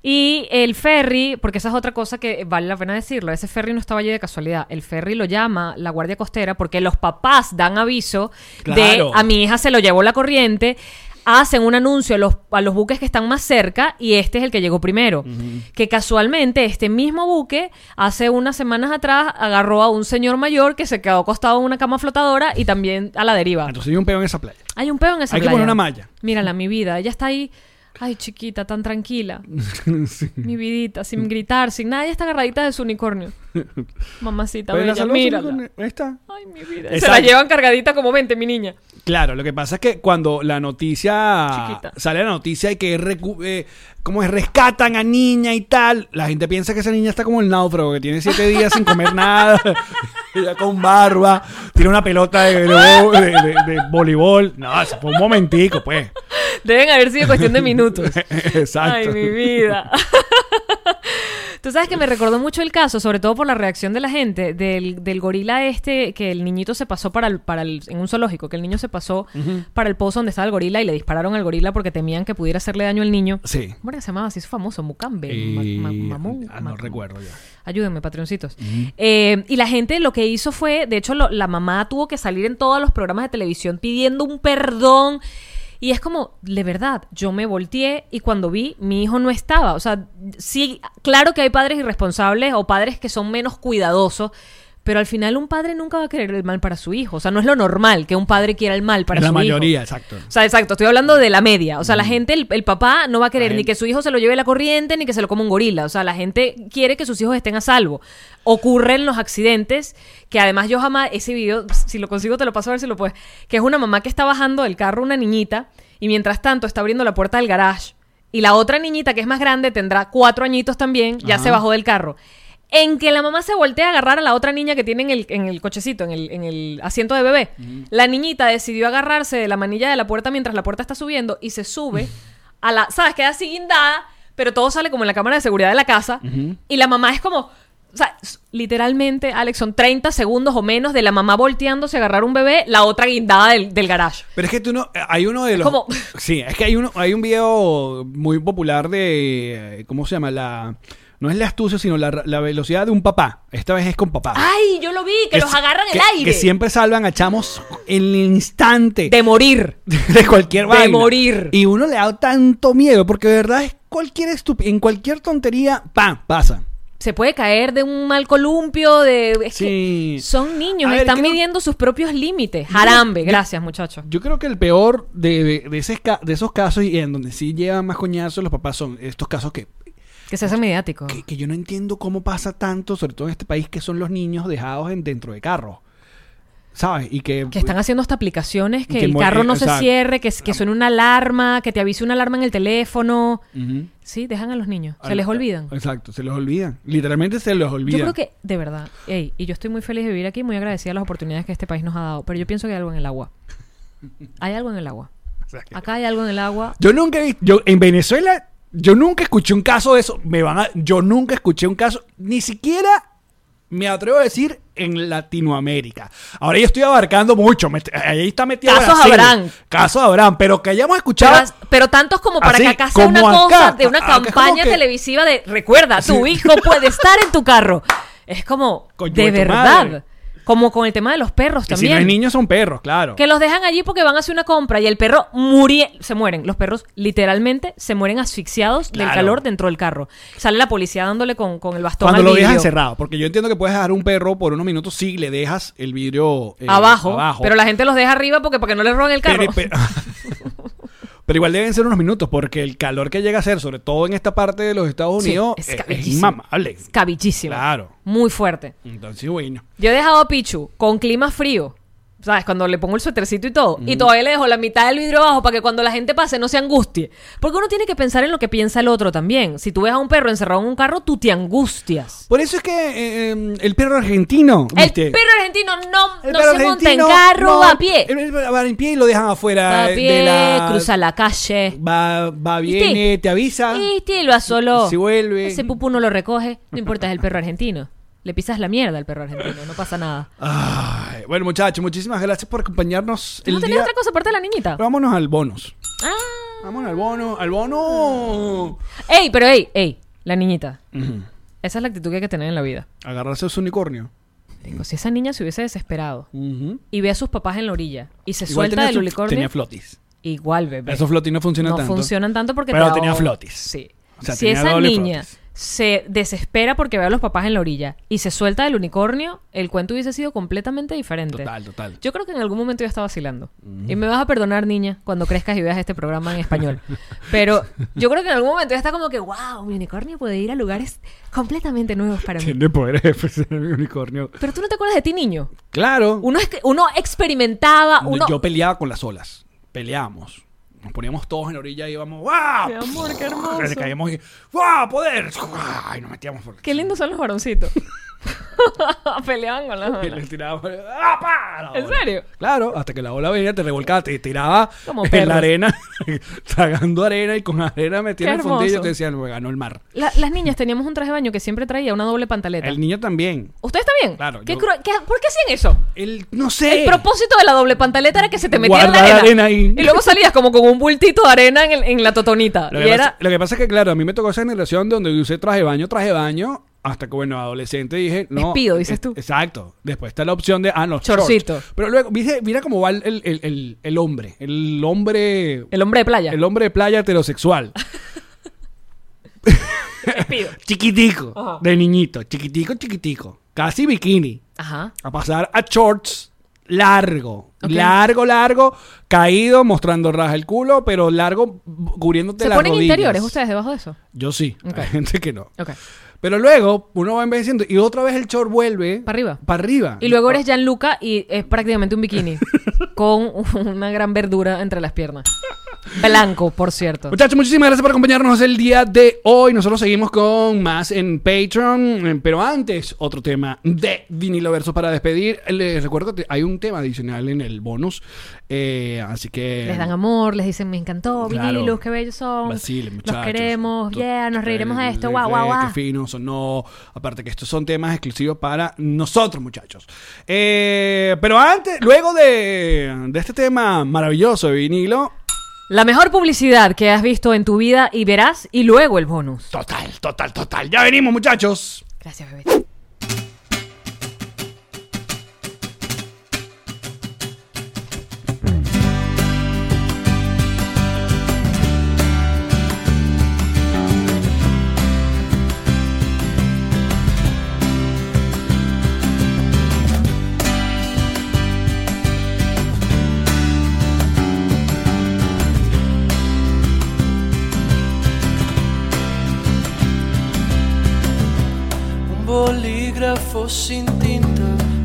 S2: Y el ferry, porque esa es otra cosa que vale la pena decirlo, ese ferry no estaba allí de casualidad. El ferry lo llama la Guardia Costera porque los papás dan aviso de
S1: Claro.
S2: a mi hija se lo llevó la corriente, hacen un anuncio a los, a los buques que están más cerca y este es el que llegó primero. Que casualmente este mismo buque hace unas semanas atrás agarró a un señor mayor que se quedó acostado en una cama flotadora y también a la deriva.
S1: Ah, Entonces hay un peón en esa playa.
S2: Hay un peo en esa
S1: Hay que
S2: playa.
S1: poner una malla.
S2: Mírala, mi vida. Ella está ahí. Ay, chiquita, tan tranquila.
S1: Sí.
S2: Mi vidita, sin gritar, sin nada. Ella está agarradita de su unicornio. Mamacita,
S1: Pero la
S2: bella,
S1: salud es un
S2: mírala.
S1: unicornio. Ahí está.
S2: Ay, mi vida. Se
S1: Exacto.
S2: la llevan cargadita como mente, mi niña.
S1: Claro, lo que pasa es que cuando la noticia
S2: Chiquita.
S1: sale la noticia y que recu- eh, como es rescatan a niña y tal, la gente piensa que esa niña está como el náufrago, que tiene siete días sin comer nada, ella con barba, tiene una pelota de, de- de- de voleibol. No, eso fue un momentico, pues.
S2: Deben haber sido cuestión de minutos. Ay,
S1: Exacto.
S2: mi vida. Tú sabes que me recordó mucho el caso, sobre todo por la reacción de la gente, del, del gorila este que el niñito se pasó para el, para el- en un zoológico, que el niño se pasó para el pozo donde estaba el gorila y le dispararon al gorila porque temían que pudiera hacerle daño al niño.
S1: Sí.
S2: ¿Cómo era que se llamaba? Sí, es famoso, Mucambe.
S1: Y-
S2: Eh, Ma- ma- Mamú,
S1: ah, no
S2: ma-
S1: recuerdo ya.
S2: Ayúdenme, patroncitos. Eh, y la gente lo que hizo fue, de hecho, lo- la mamá tuvo que salir en todos los programas de televisión pidiendo un perdón. Y es como, de verdad, yo me volteé y cuando vi, mi hijo no estaba. O sea, sí, claro que hay padres irresponsables o padres que son menos cuidadosos, pero al final un padre nunca va a querer el mal para su hijo. O sea, no es lo normal que un padre quiera el mal para
S1: la
S2: su hijo.
S1: mayoría, exacto.
S2: O sea, exacto, estoy hablando de la media. O sea, la gente, el, el papá no va a querer
S1: La
S2: ni
S1: gente-
S2: que su hijo se lo lleve la corriente, ni que se lo coma un gorila. O sea, la gente quiere que sus hijos estén a salvo. Ocurren los accidentes, que además yo jamás, ese video, si lo consigo te lo paso a ver si lo puedes, que es una mamá que está bajando del carro una niñita y mientras tanto está abriendo la puerta del garage. Y la otra niñita, que es más grande, tendrá cuatro añitos también, ya
S1: Ajá.
S2: se bajó del carro. En que la mamá se voltea a agarrar a la otra niña que tiene en el, en el cochecito, en el, en el asiento de bebé. La niñita decidió agarrarse de la manilla de la puerta mientras la puerta está subiendo y se sube a la. ¿Sabes? Queda así guindada, pero todo sale como en la cámara de seguridad de la casa. Y la mamá es como. O sea, s- literalmente, Alex, son 30 segundos o menos de la mamá volteándose a agarrar un bebé, la otra guindada del, del garage.
S1: Pero es que tú no. eh, Hay uno de los.
S2: como-
S1: Sí, es que hay uno, hay un video muy popular de. eh, ¿Cómo se llama? La. No es la astucia, sino la, la velocidad de un papá. Esta vez es con papá.
S2: ¡Ay! Yo lo vi, que, los
S1: si-
S2: agarran el
S1: Ah. que-
S2: aire.
S1: Que siempre salvan a chamos en el instante.
S2: De morir.
S1: de cualquier
S2: de
S1: vaina.
S2: morir.
S1: Y uno le da tanto miedo, porque de verdad es cualquier estup en cualquier tontería, ¡pam! pasa.
S2: se puede caer de un mal columpio, de... es
S1: Sí.
S2: que son niños,
S1: A ver,
S2: están
S1: creo-
S2: midiendo sus propios límites. Jarambe, gracias muchachos.
S1: Yo creo que el peor de, de, de ese esca- de esos casos y en donde sí llevan más coñazos los papás son estos casos que
S2: Que se hace mediático.
S1: que, que yo no entiendo cómo pasa tanto, sobre todo en este país, que son los niños dejados en, dentro de carros. ¿Sabes? Y que, pues,
S2: Que están haciendo hasta aplicaciones, que,
S1: Que
S2: el
S1: muere- Ah.
S2: carro no
S1: o
S2: se
S1: sea,
S2: cierre, que, que suene una alarma, que te avise una alarma en el teléfono. Sí, dejan a los niños. Se les olvidan.
S1: Exacto, se les olvidan. Literalmente se les olvidan.
S2: Yo creo que, de verdad, ey, y yo estoy muy feliz de vivir aquí, muy agradecida a las oportunidades que este país nos ha dado, pero yo pienso que hay algo en el agua. Hay algo en el agua.
S1: O sea, que-
S2: Acá hay algo en el agua.
S1: Yo nunca he visto- yo en Venezuela yo nunca escuché un caso de eso, me van a yo nunca escuché un caso ni siquiera me atrevo a decir en Latinoamérica. Ahora yo estoy abarcando mucho, me- ahí está metido
S2: Casos
S1: Brasil.
S2: habrán.
S1: Casos habrán, pero que hayamos escuchado
S2: Pero, pero tantos como para
S1: Así,
S2: que acá sea una
S1: como
S2: cosa
S1: acá.
S2: de una
S1: Acá es como
S2: campaña
S1: que-
S2: televisiva de recuerda, tu
S1: Sí.
S2: hijo puede estar en tu carro. Es como,
S1: Coño
S2: de
S1: de tu
S2: verdad.
S1: madre.
S2: Como con el tema de los perros
S1: que si
S2: también.
S1: no hay niños son perros, claro.
S2: Que los dejan allí porque van a hacer una compra y el perro muere, se mueren. Los perros literalmente se mueren asfixiados del
S1: Claro.
S2: calor dentro del carro. Sale la policía dándole con, con el bastón
S1: Cuando
S2: al
S1: lo
S2: vidrio.
S1: dejas encerrado, porque yo entiendo que puedes dejar un perro por unos minutos si le dejas el vidrio eh,
S2: abajo, Pero la gente los deja arriba porque para que no le roben el carro.
S1: Pero, pero- pero igual deben ser unos minutos, porque el calor que llega a ser, sobre todo en esta parte de los Estados
S2: Sí,
S1: Unidos, eh,
S2: es
S1: es, es
S2: cabellísimo.
S1: inmamable.
S2: Es cabillísimo.
S1: Claro.
S2: Muy fuerte.
S1: Entonces, bueno.
S2: Yo he dejado a Pichu con clima frío. ¿Sabes? Cuando le pongo el suétercito y todo. Y todavía le dejo la mitad del vidrio abajo para que cuando la gente pase no se angustie. Porque uno tiene que pensar en lo que piensa el otro también. Si tú ves a un perro encerrado en un carro, tú te angustias.
S1: Por eso es que eh, eh, el perro argentino.
S2: El
S1: ¿viste?
S2: perro argentino no,
S1: El
S2: no
S1: perro
S2: se monta en
S1: argentino
S2: carro,
S1: no,
S2: va a pie.
S1: el- el- Va en pie y lo dejan afuera.
S2: Va a
S1: de
S2: pie,
S1: la-
S2: cruza la calle.
S1: Va, va,
S2: ¿Viste?
S1: viene, te avisa.
S2: ¿Viste? Y lo solo.
S1: Si vuelve.
S2: Ese pupú no lo recoge. No importa, es el perro argentino. Le pisas la mierda al perro argentino, no pasa nada.
S1: Ay, bueno, muchachos, muchísimas gracias por acompañarnos.
S2: ¿Tú no
S1: el
S2: tenías
S1: día-
S2: otra cosa aparte de la niñita?
S1: Vámonos al bonus.
S2: Ah.
S1: Vámonos al bono. Al bono.
S2: Ey, pero ey, ey, la niñita. Esa es la actitud que hay que tener en la vida.
S1: Agarrarse a su unicornio.
S2: Digo, si esa niña se hubiese desesperado
S1: Ujú.
S2: y ve a sus papás en la orilla y se
S1: Igual
S2: suelta
S1: tenía
S2: del
S1: su-
S2: unicornio,
S1: Tenía flotis.
S2: igual, bebé.
S1: Esos flotis no funcionan
S2: no
S1: tanto.
S2: funcionan tanto porque
S1: Pero
S2: te
S1: tenía
S2: ahogan.
S1: flotis.
S2: Sí.
S1: O sea,
S2: si
S1: tenía
S2: esa
S1: doble
S2: niña
S1: flotis.
S2: se desespera porque ve a los papás en la orilla y se suelta del unicornio, el cuento hubiese sido completamente diferente.
S1: Total, total.
S2: Yo creo que en algún momento ya estaba vacilando. Y me vas a perdonar, niña, cuando crezcas y veas este programa en español. Pero yo creo que en algún momento ya está como que, wow, mi unicornio puede ir a lugares completamente nuevos para mí.
S1: Tiene poderes de ser el unicornio.
S2: Pero tú no te acuerdas de ti, niño.
S1: Claro.
S2: Uno, es que- uno experimentaba, uno...
S1: Yo peleaba con las olas. Peleábamos. Nos poníamos todos en la orilla y íbamos.
S2: Mi
S1: ¡Wow!
S2: amor, qué hermoso.
S1: Le caíamos y. ¡Wow! ¡Poder! ¡Guau! Y nos metíamos por.
S2: Qué lindos son los varoncitos. Peleaban con las
S1: Y le
S2: manos.
S1: tirábamos. ¡Ah, pa! La
S2: ¿En
S1: ola.
S2: serio?
S1: Claro, hasta que la ola venía, te revolcaba, te tiraba
S2: Como
S1: en
S2: perros.
S1: la arena, tragando arena y con arena metida en el
S2: Qué
S1: fundillo.
S2: hermoso.
S1: Te decían, me ganó el mar.
S2: La- las niñas teníamos un traje de baño que siempre traía una doble pantaleta.
S1: El niño también.
S2: ¿Ustedes también?
S1: Claro,
S2: ¿Qué
S1: yo-
S2: cruel- qué- ¿Por qué hacían eso?
S1: El, no sé.
S2: El propósito de la doble pantaleta era que se te metiera en la
S1: Guardar
S2: arena.
S1: arena ahí.
S2: Y luego salías como con un bultito de arena en, el- en la totonita.
S1: Lo
S2: y
S1: que,
S2: era.
S1: pasa, lo que pasa es que, claro, a mí me tocó esa generación donde yo usé traje de baño, traje de baño, hasta que, bueno, adolescente dije, no.
S2: Despido, dices
S1: es-
S2: tú.
S1: Exacto. Después está la opción de, ah, no,
S2: Chorcito.
S1: shorts. Pero luego, viste, mira cómo va el, el- el- el- el hombre, el hombre,
S2: El hombre de playa.
S1: el hombre de playa heterosexual.
S2: Despido.
S1: chiquitico,
S2: Ajá.
S1: de niñito, chiquitico, chiquitico, casi bikini,
S2: Ajá.
S1: a pasar a shorts largo,
S2: Ok.
S1: largo, largo, caído, mostrando raja el culo, pero largo, cubriéndote
S2: ¿Se
S1: las
S2: ponen
S1: rodillas.
S2: interiores ustedes debajo de eso?
S1: Yo sí,
S2: Ok.
S1: hay gente que no.
S2: Ok.
S1: Pero luego uno va envejeciendo y otra vez el short vuelve.
S2: Para arriba.
S1: Para arriba.
S2: Y luego eres Gianluca y es prácticamente un bikini. con una gran verdura entre las piernas. Blanco, por cierto.
S1: Muchachos, muchísimas gracias por acompañarnos el día de hoy. Nosotros seguimos con más en Patreon. eh, Pero antes, otro tema de vinilo verso para despedir. Les recuerdo que hay un tema adicional en el bonus. eh, así que.
S2: Les dan amor, les dicen me encantó,
S1: Claro.
S2: vinilos, qué bellos son.
S1: Vacilen,
S2: Los
S1: muchachos.
S2: queremos,
S1: Tú-
S2: yeah, nos reiremos a esto,
S1: eh,
S2: guau, guau,
S1: eh,
S2: guau.
S1: Qué finos o no. Aparte que estos son temas exclusivos para nosotros, muchachos. Eh, pero antes, luego de, de este tema maravilloso de vinilo,
S2: La mejor publicidad que has visto en tu vida y verás, y luego el bonus.
S1: total, total, total. Ya venimos, muchachos.
S2: Gracias, bebé.
S4: bolígrafo sin tinta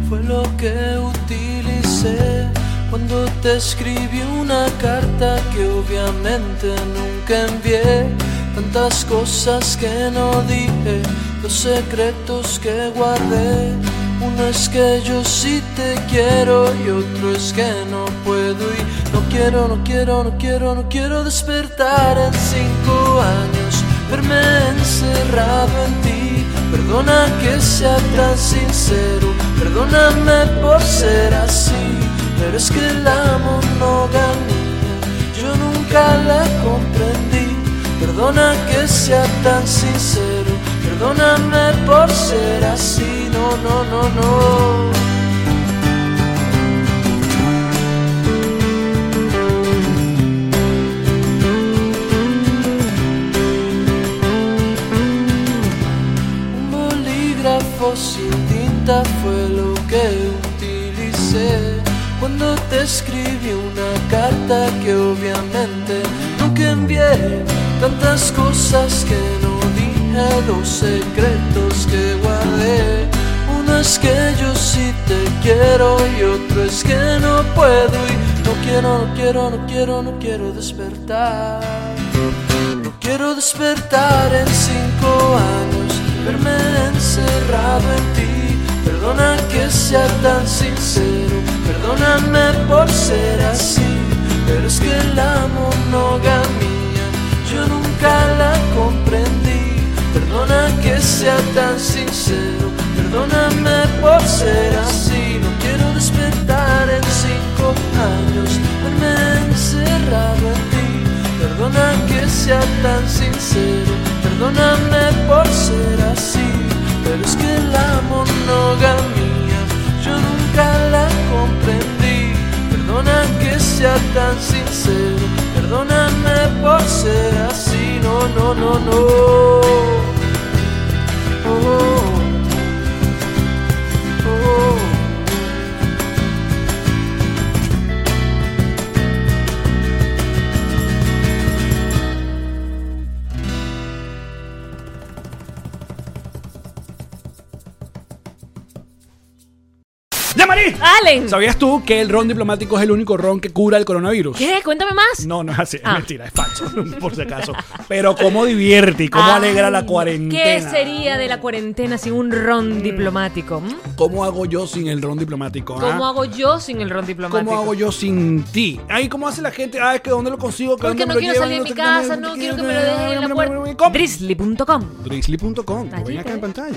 S4: fue lo que utilicé cuando te escribí una carta que obviamente nunca envié. Tantas cosas que no dije, los secretos que guardé. Uno es que yo sí te quiero y otro es que no puedo y no quiero, no quiero, no quiero, no quiero despertar en cinco años, verme encerrado en ti. Perdona que sea tan sincero, perdóname por ser así, pero es que la monogamia yo nunca la comprendí. Perdona que sea tan sincero, perdóname por ser así, no, no, no, no. Un bolígrafo sin tinta fue lo que utilicé cuando te escribí una carta que obviamente nunca envié. Tantas cosas que no dije, los secretos que guardé. Uno es que yo sí te quiero y otro es que no puedo y no quiero, no quiero, no quiero, no quiero despertar. No quiero despertar en cinco años, verme encerrado en ti. Perdona que sea tan sincero, perdóname por ser así. Pero es que la monogamia yo nunca la comprendí. Perdona que sea tan sincero, perdóname por ser así. No quiero despertar en cinco años, verme encerrado en ti. Perdona que sea tan sincero, perdóname por ser así, pero es que la monogamia yo nunca la comprendí. Perdona que sea tan sincero, perdóname por ser así, no, no, no, no. Oh, oh.
S1: ¡Ya, Marí!
S2: Allen.
S1: ¿Sabías tú que el ron diplomático es el único ron que cura el coronavirus?
S2: ¿Qué? Cuéntame más.
S1: No, no es así, es
S2: Ah.
S1: mentira, es falso, por si acaso. Pero cómo divierte y cómo
S2: Ay,
S1: alegra la cuarentena.
S2: Ah,
S1: Mm.
S2: ¿Qué sería de la cuarentena sin un ron diplomático? ¿m?
S1: ¿Cómo hago yo sin el ron diplomático? ah?
S2: ¿Cómo hago yo sin el ron diplomático?
S1: ¿Cómo hago yo sin ti? Ahí, ¿cómo hace la gente? Ah, es que ¿dónde lo consigo? ¿Que dónde
S2: Porque no
S1: me lo
S2: quiero
S1: llevan?
S2: salir de mi
S1: sé qué,
S2: casa, no quiero que me lo dejen en la puerta. Drizzly.com.
S1: Drizzly.com, lo
S2: Allí
S1: ven acá
S2: te
S1: en
S2: ves.
S1: pantalla.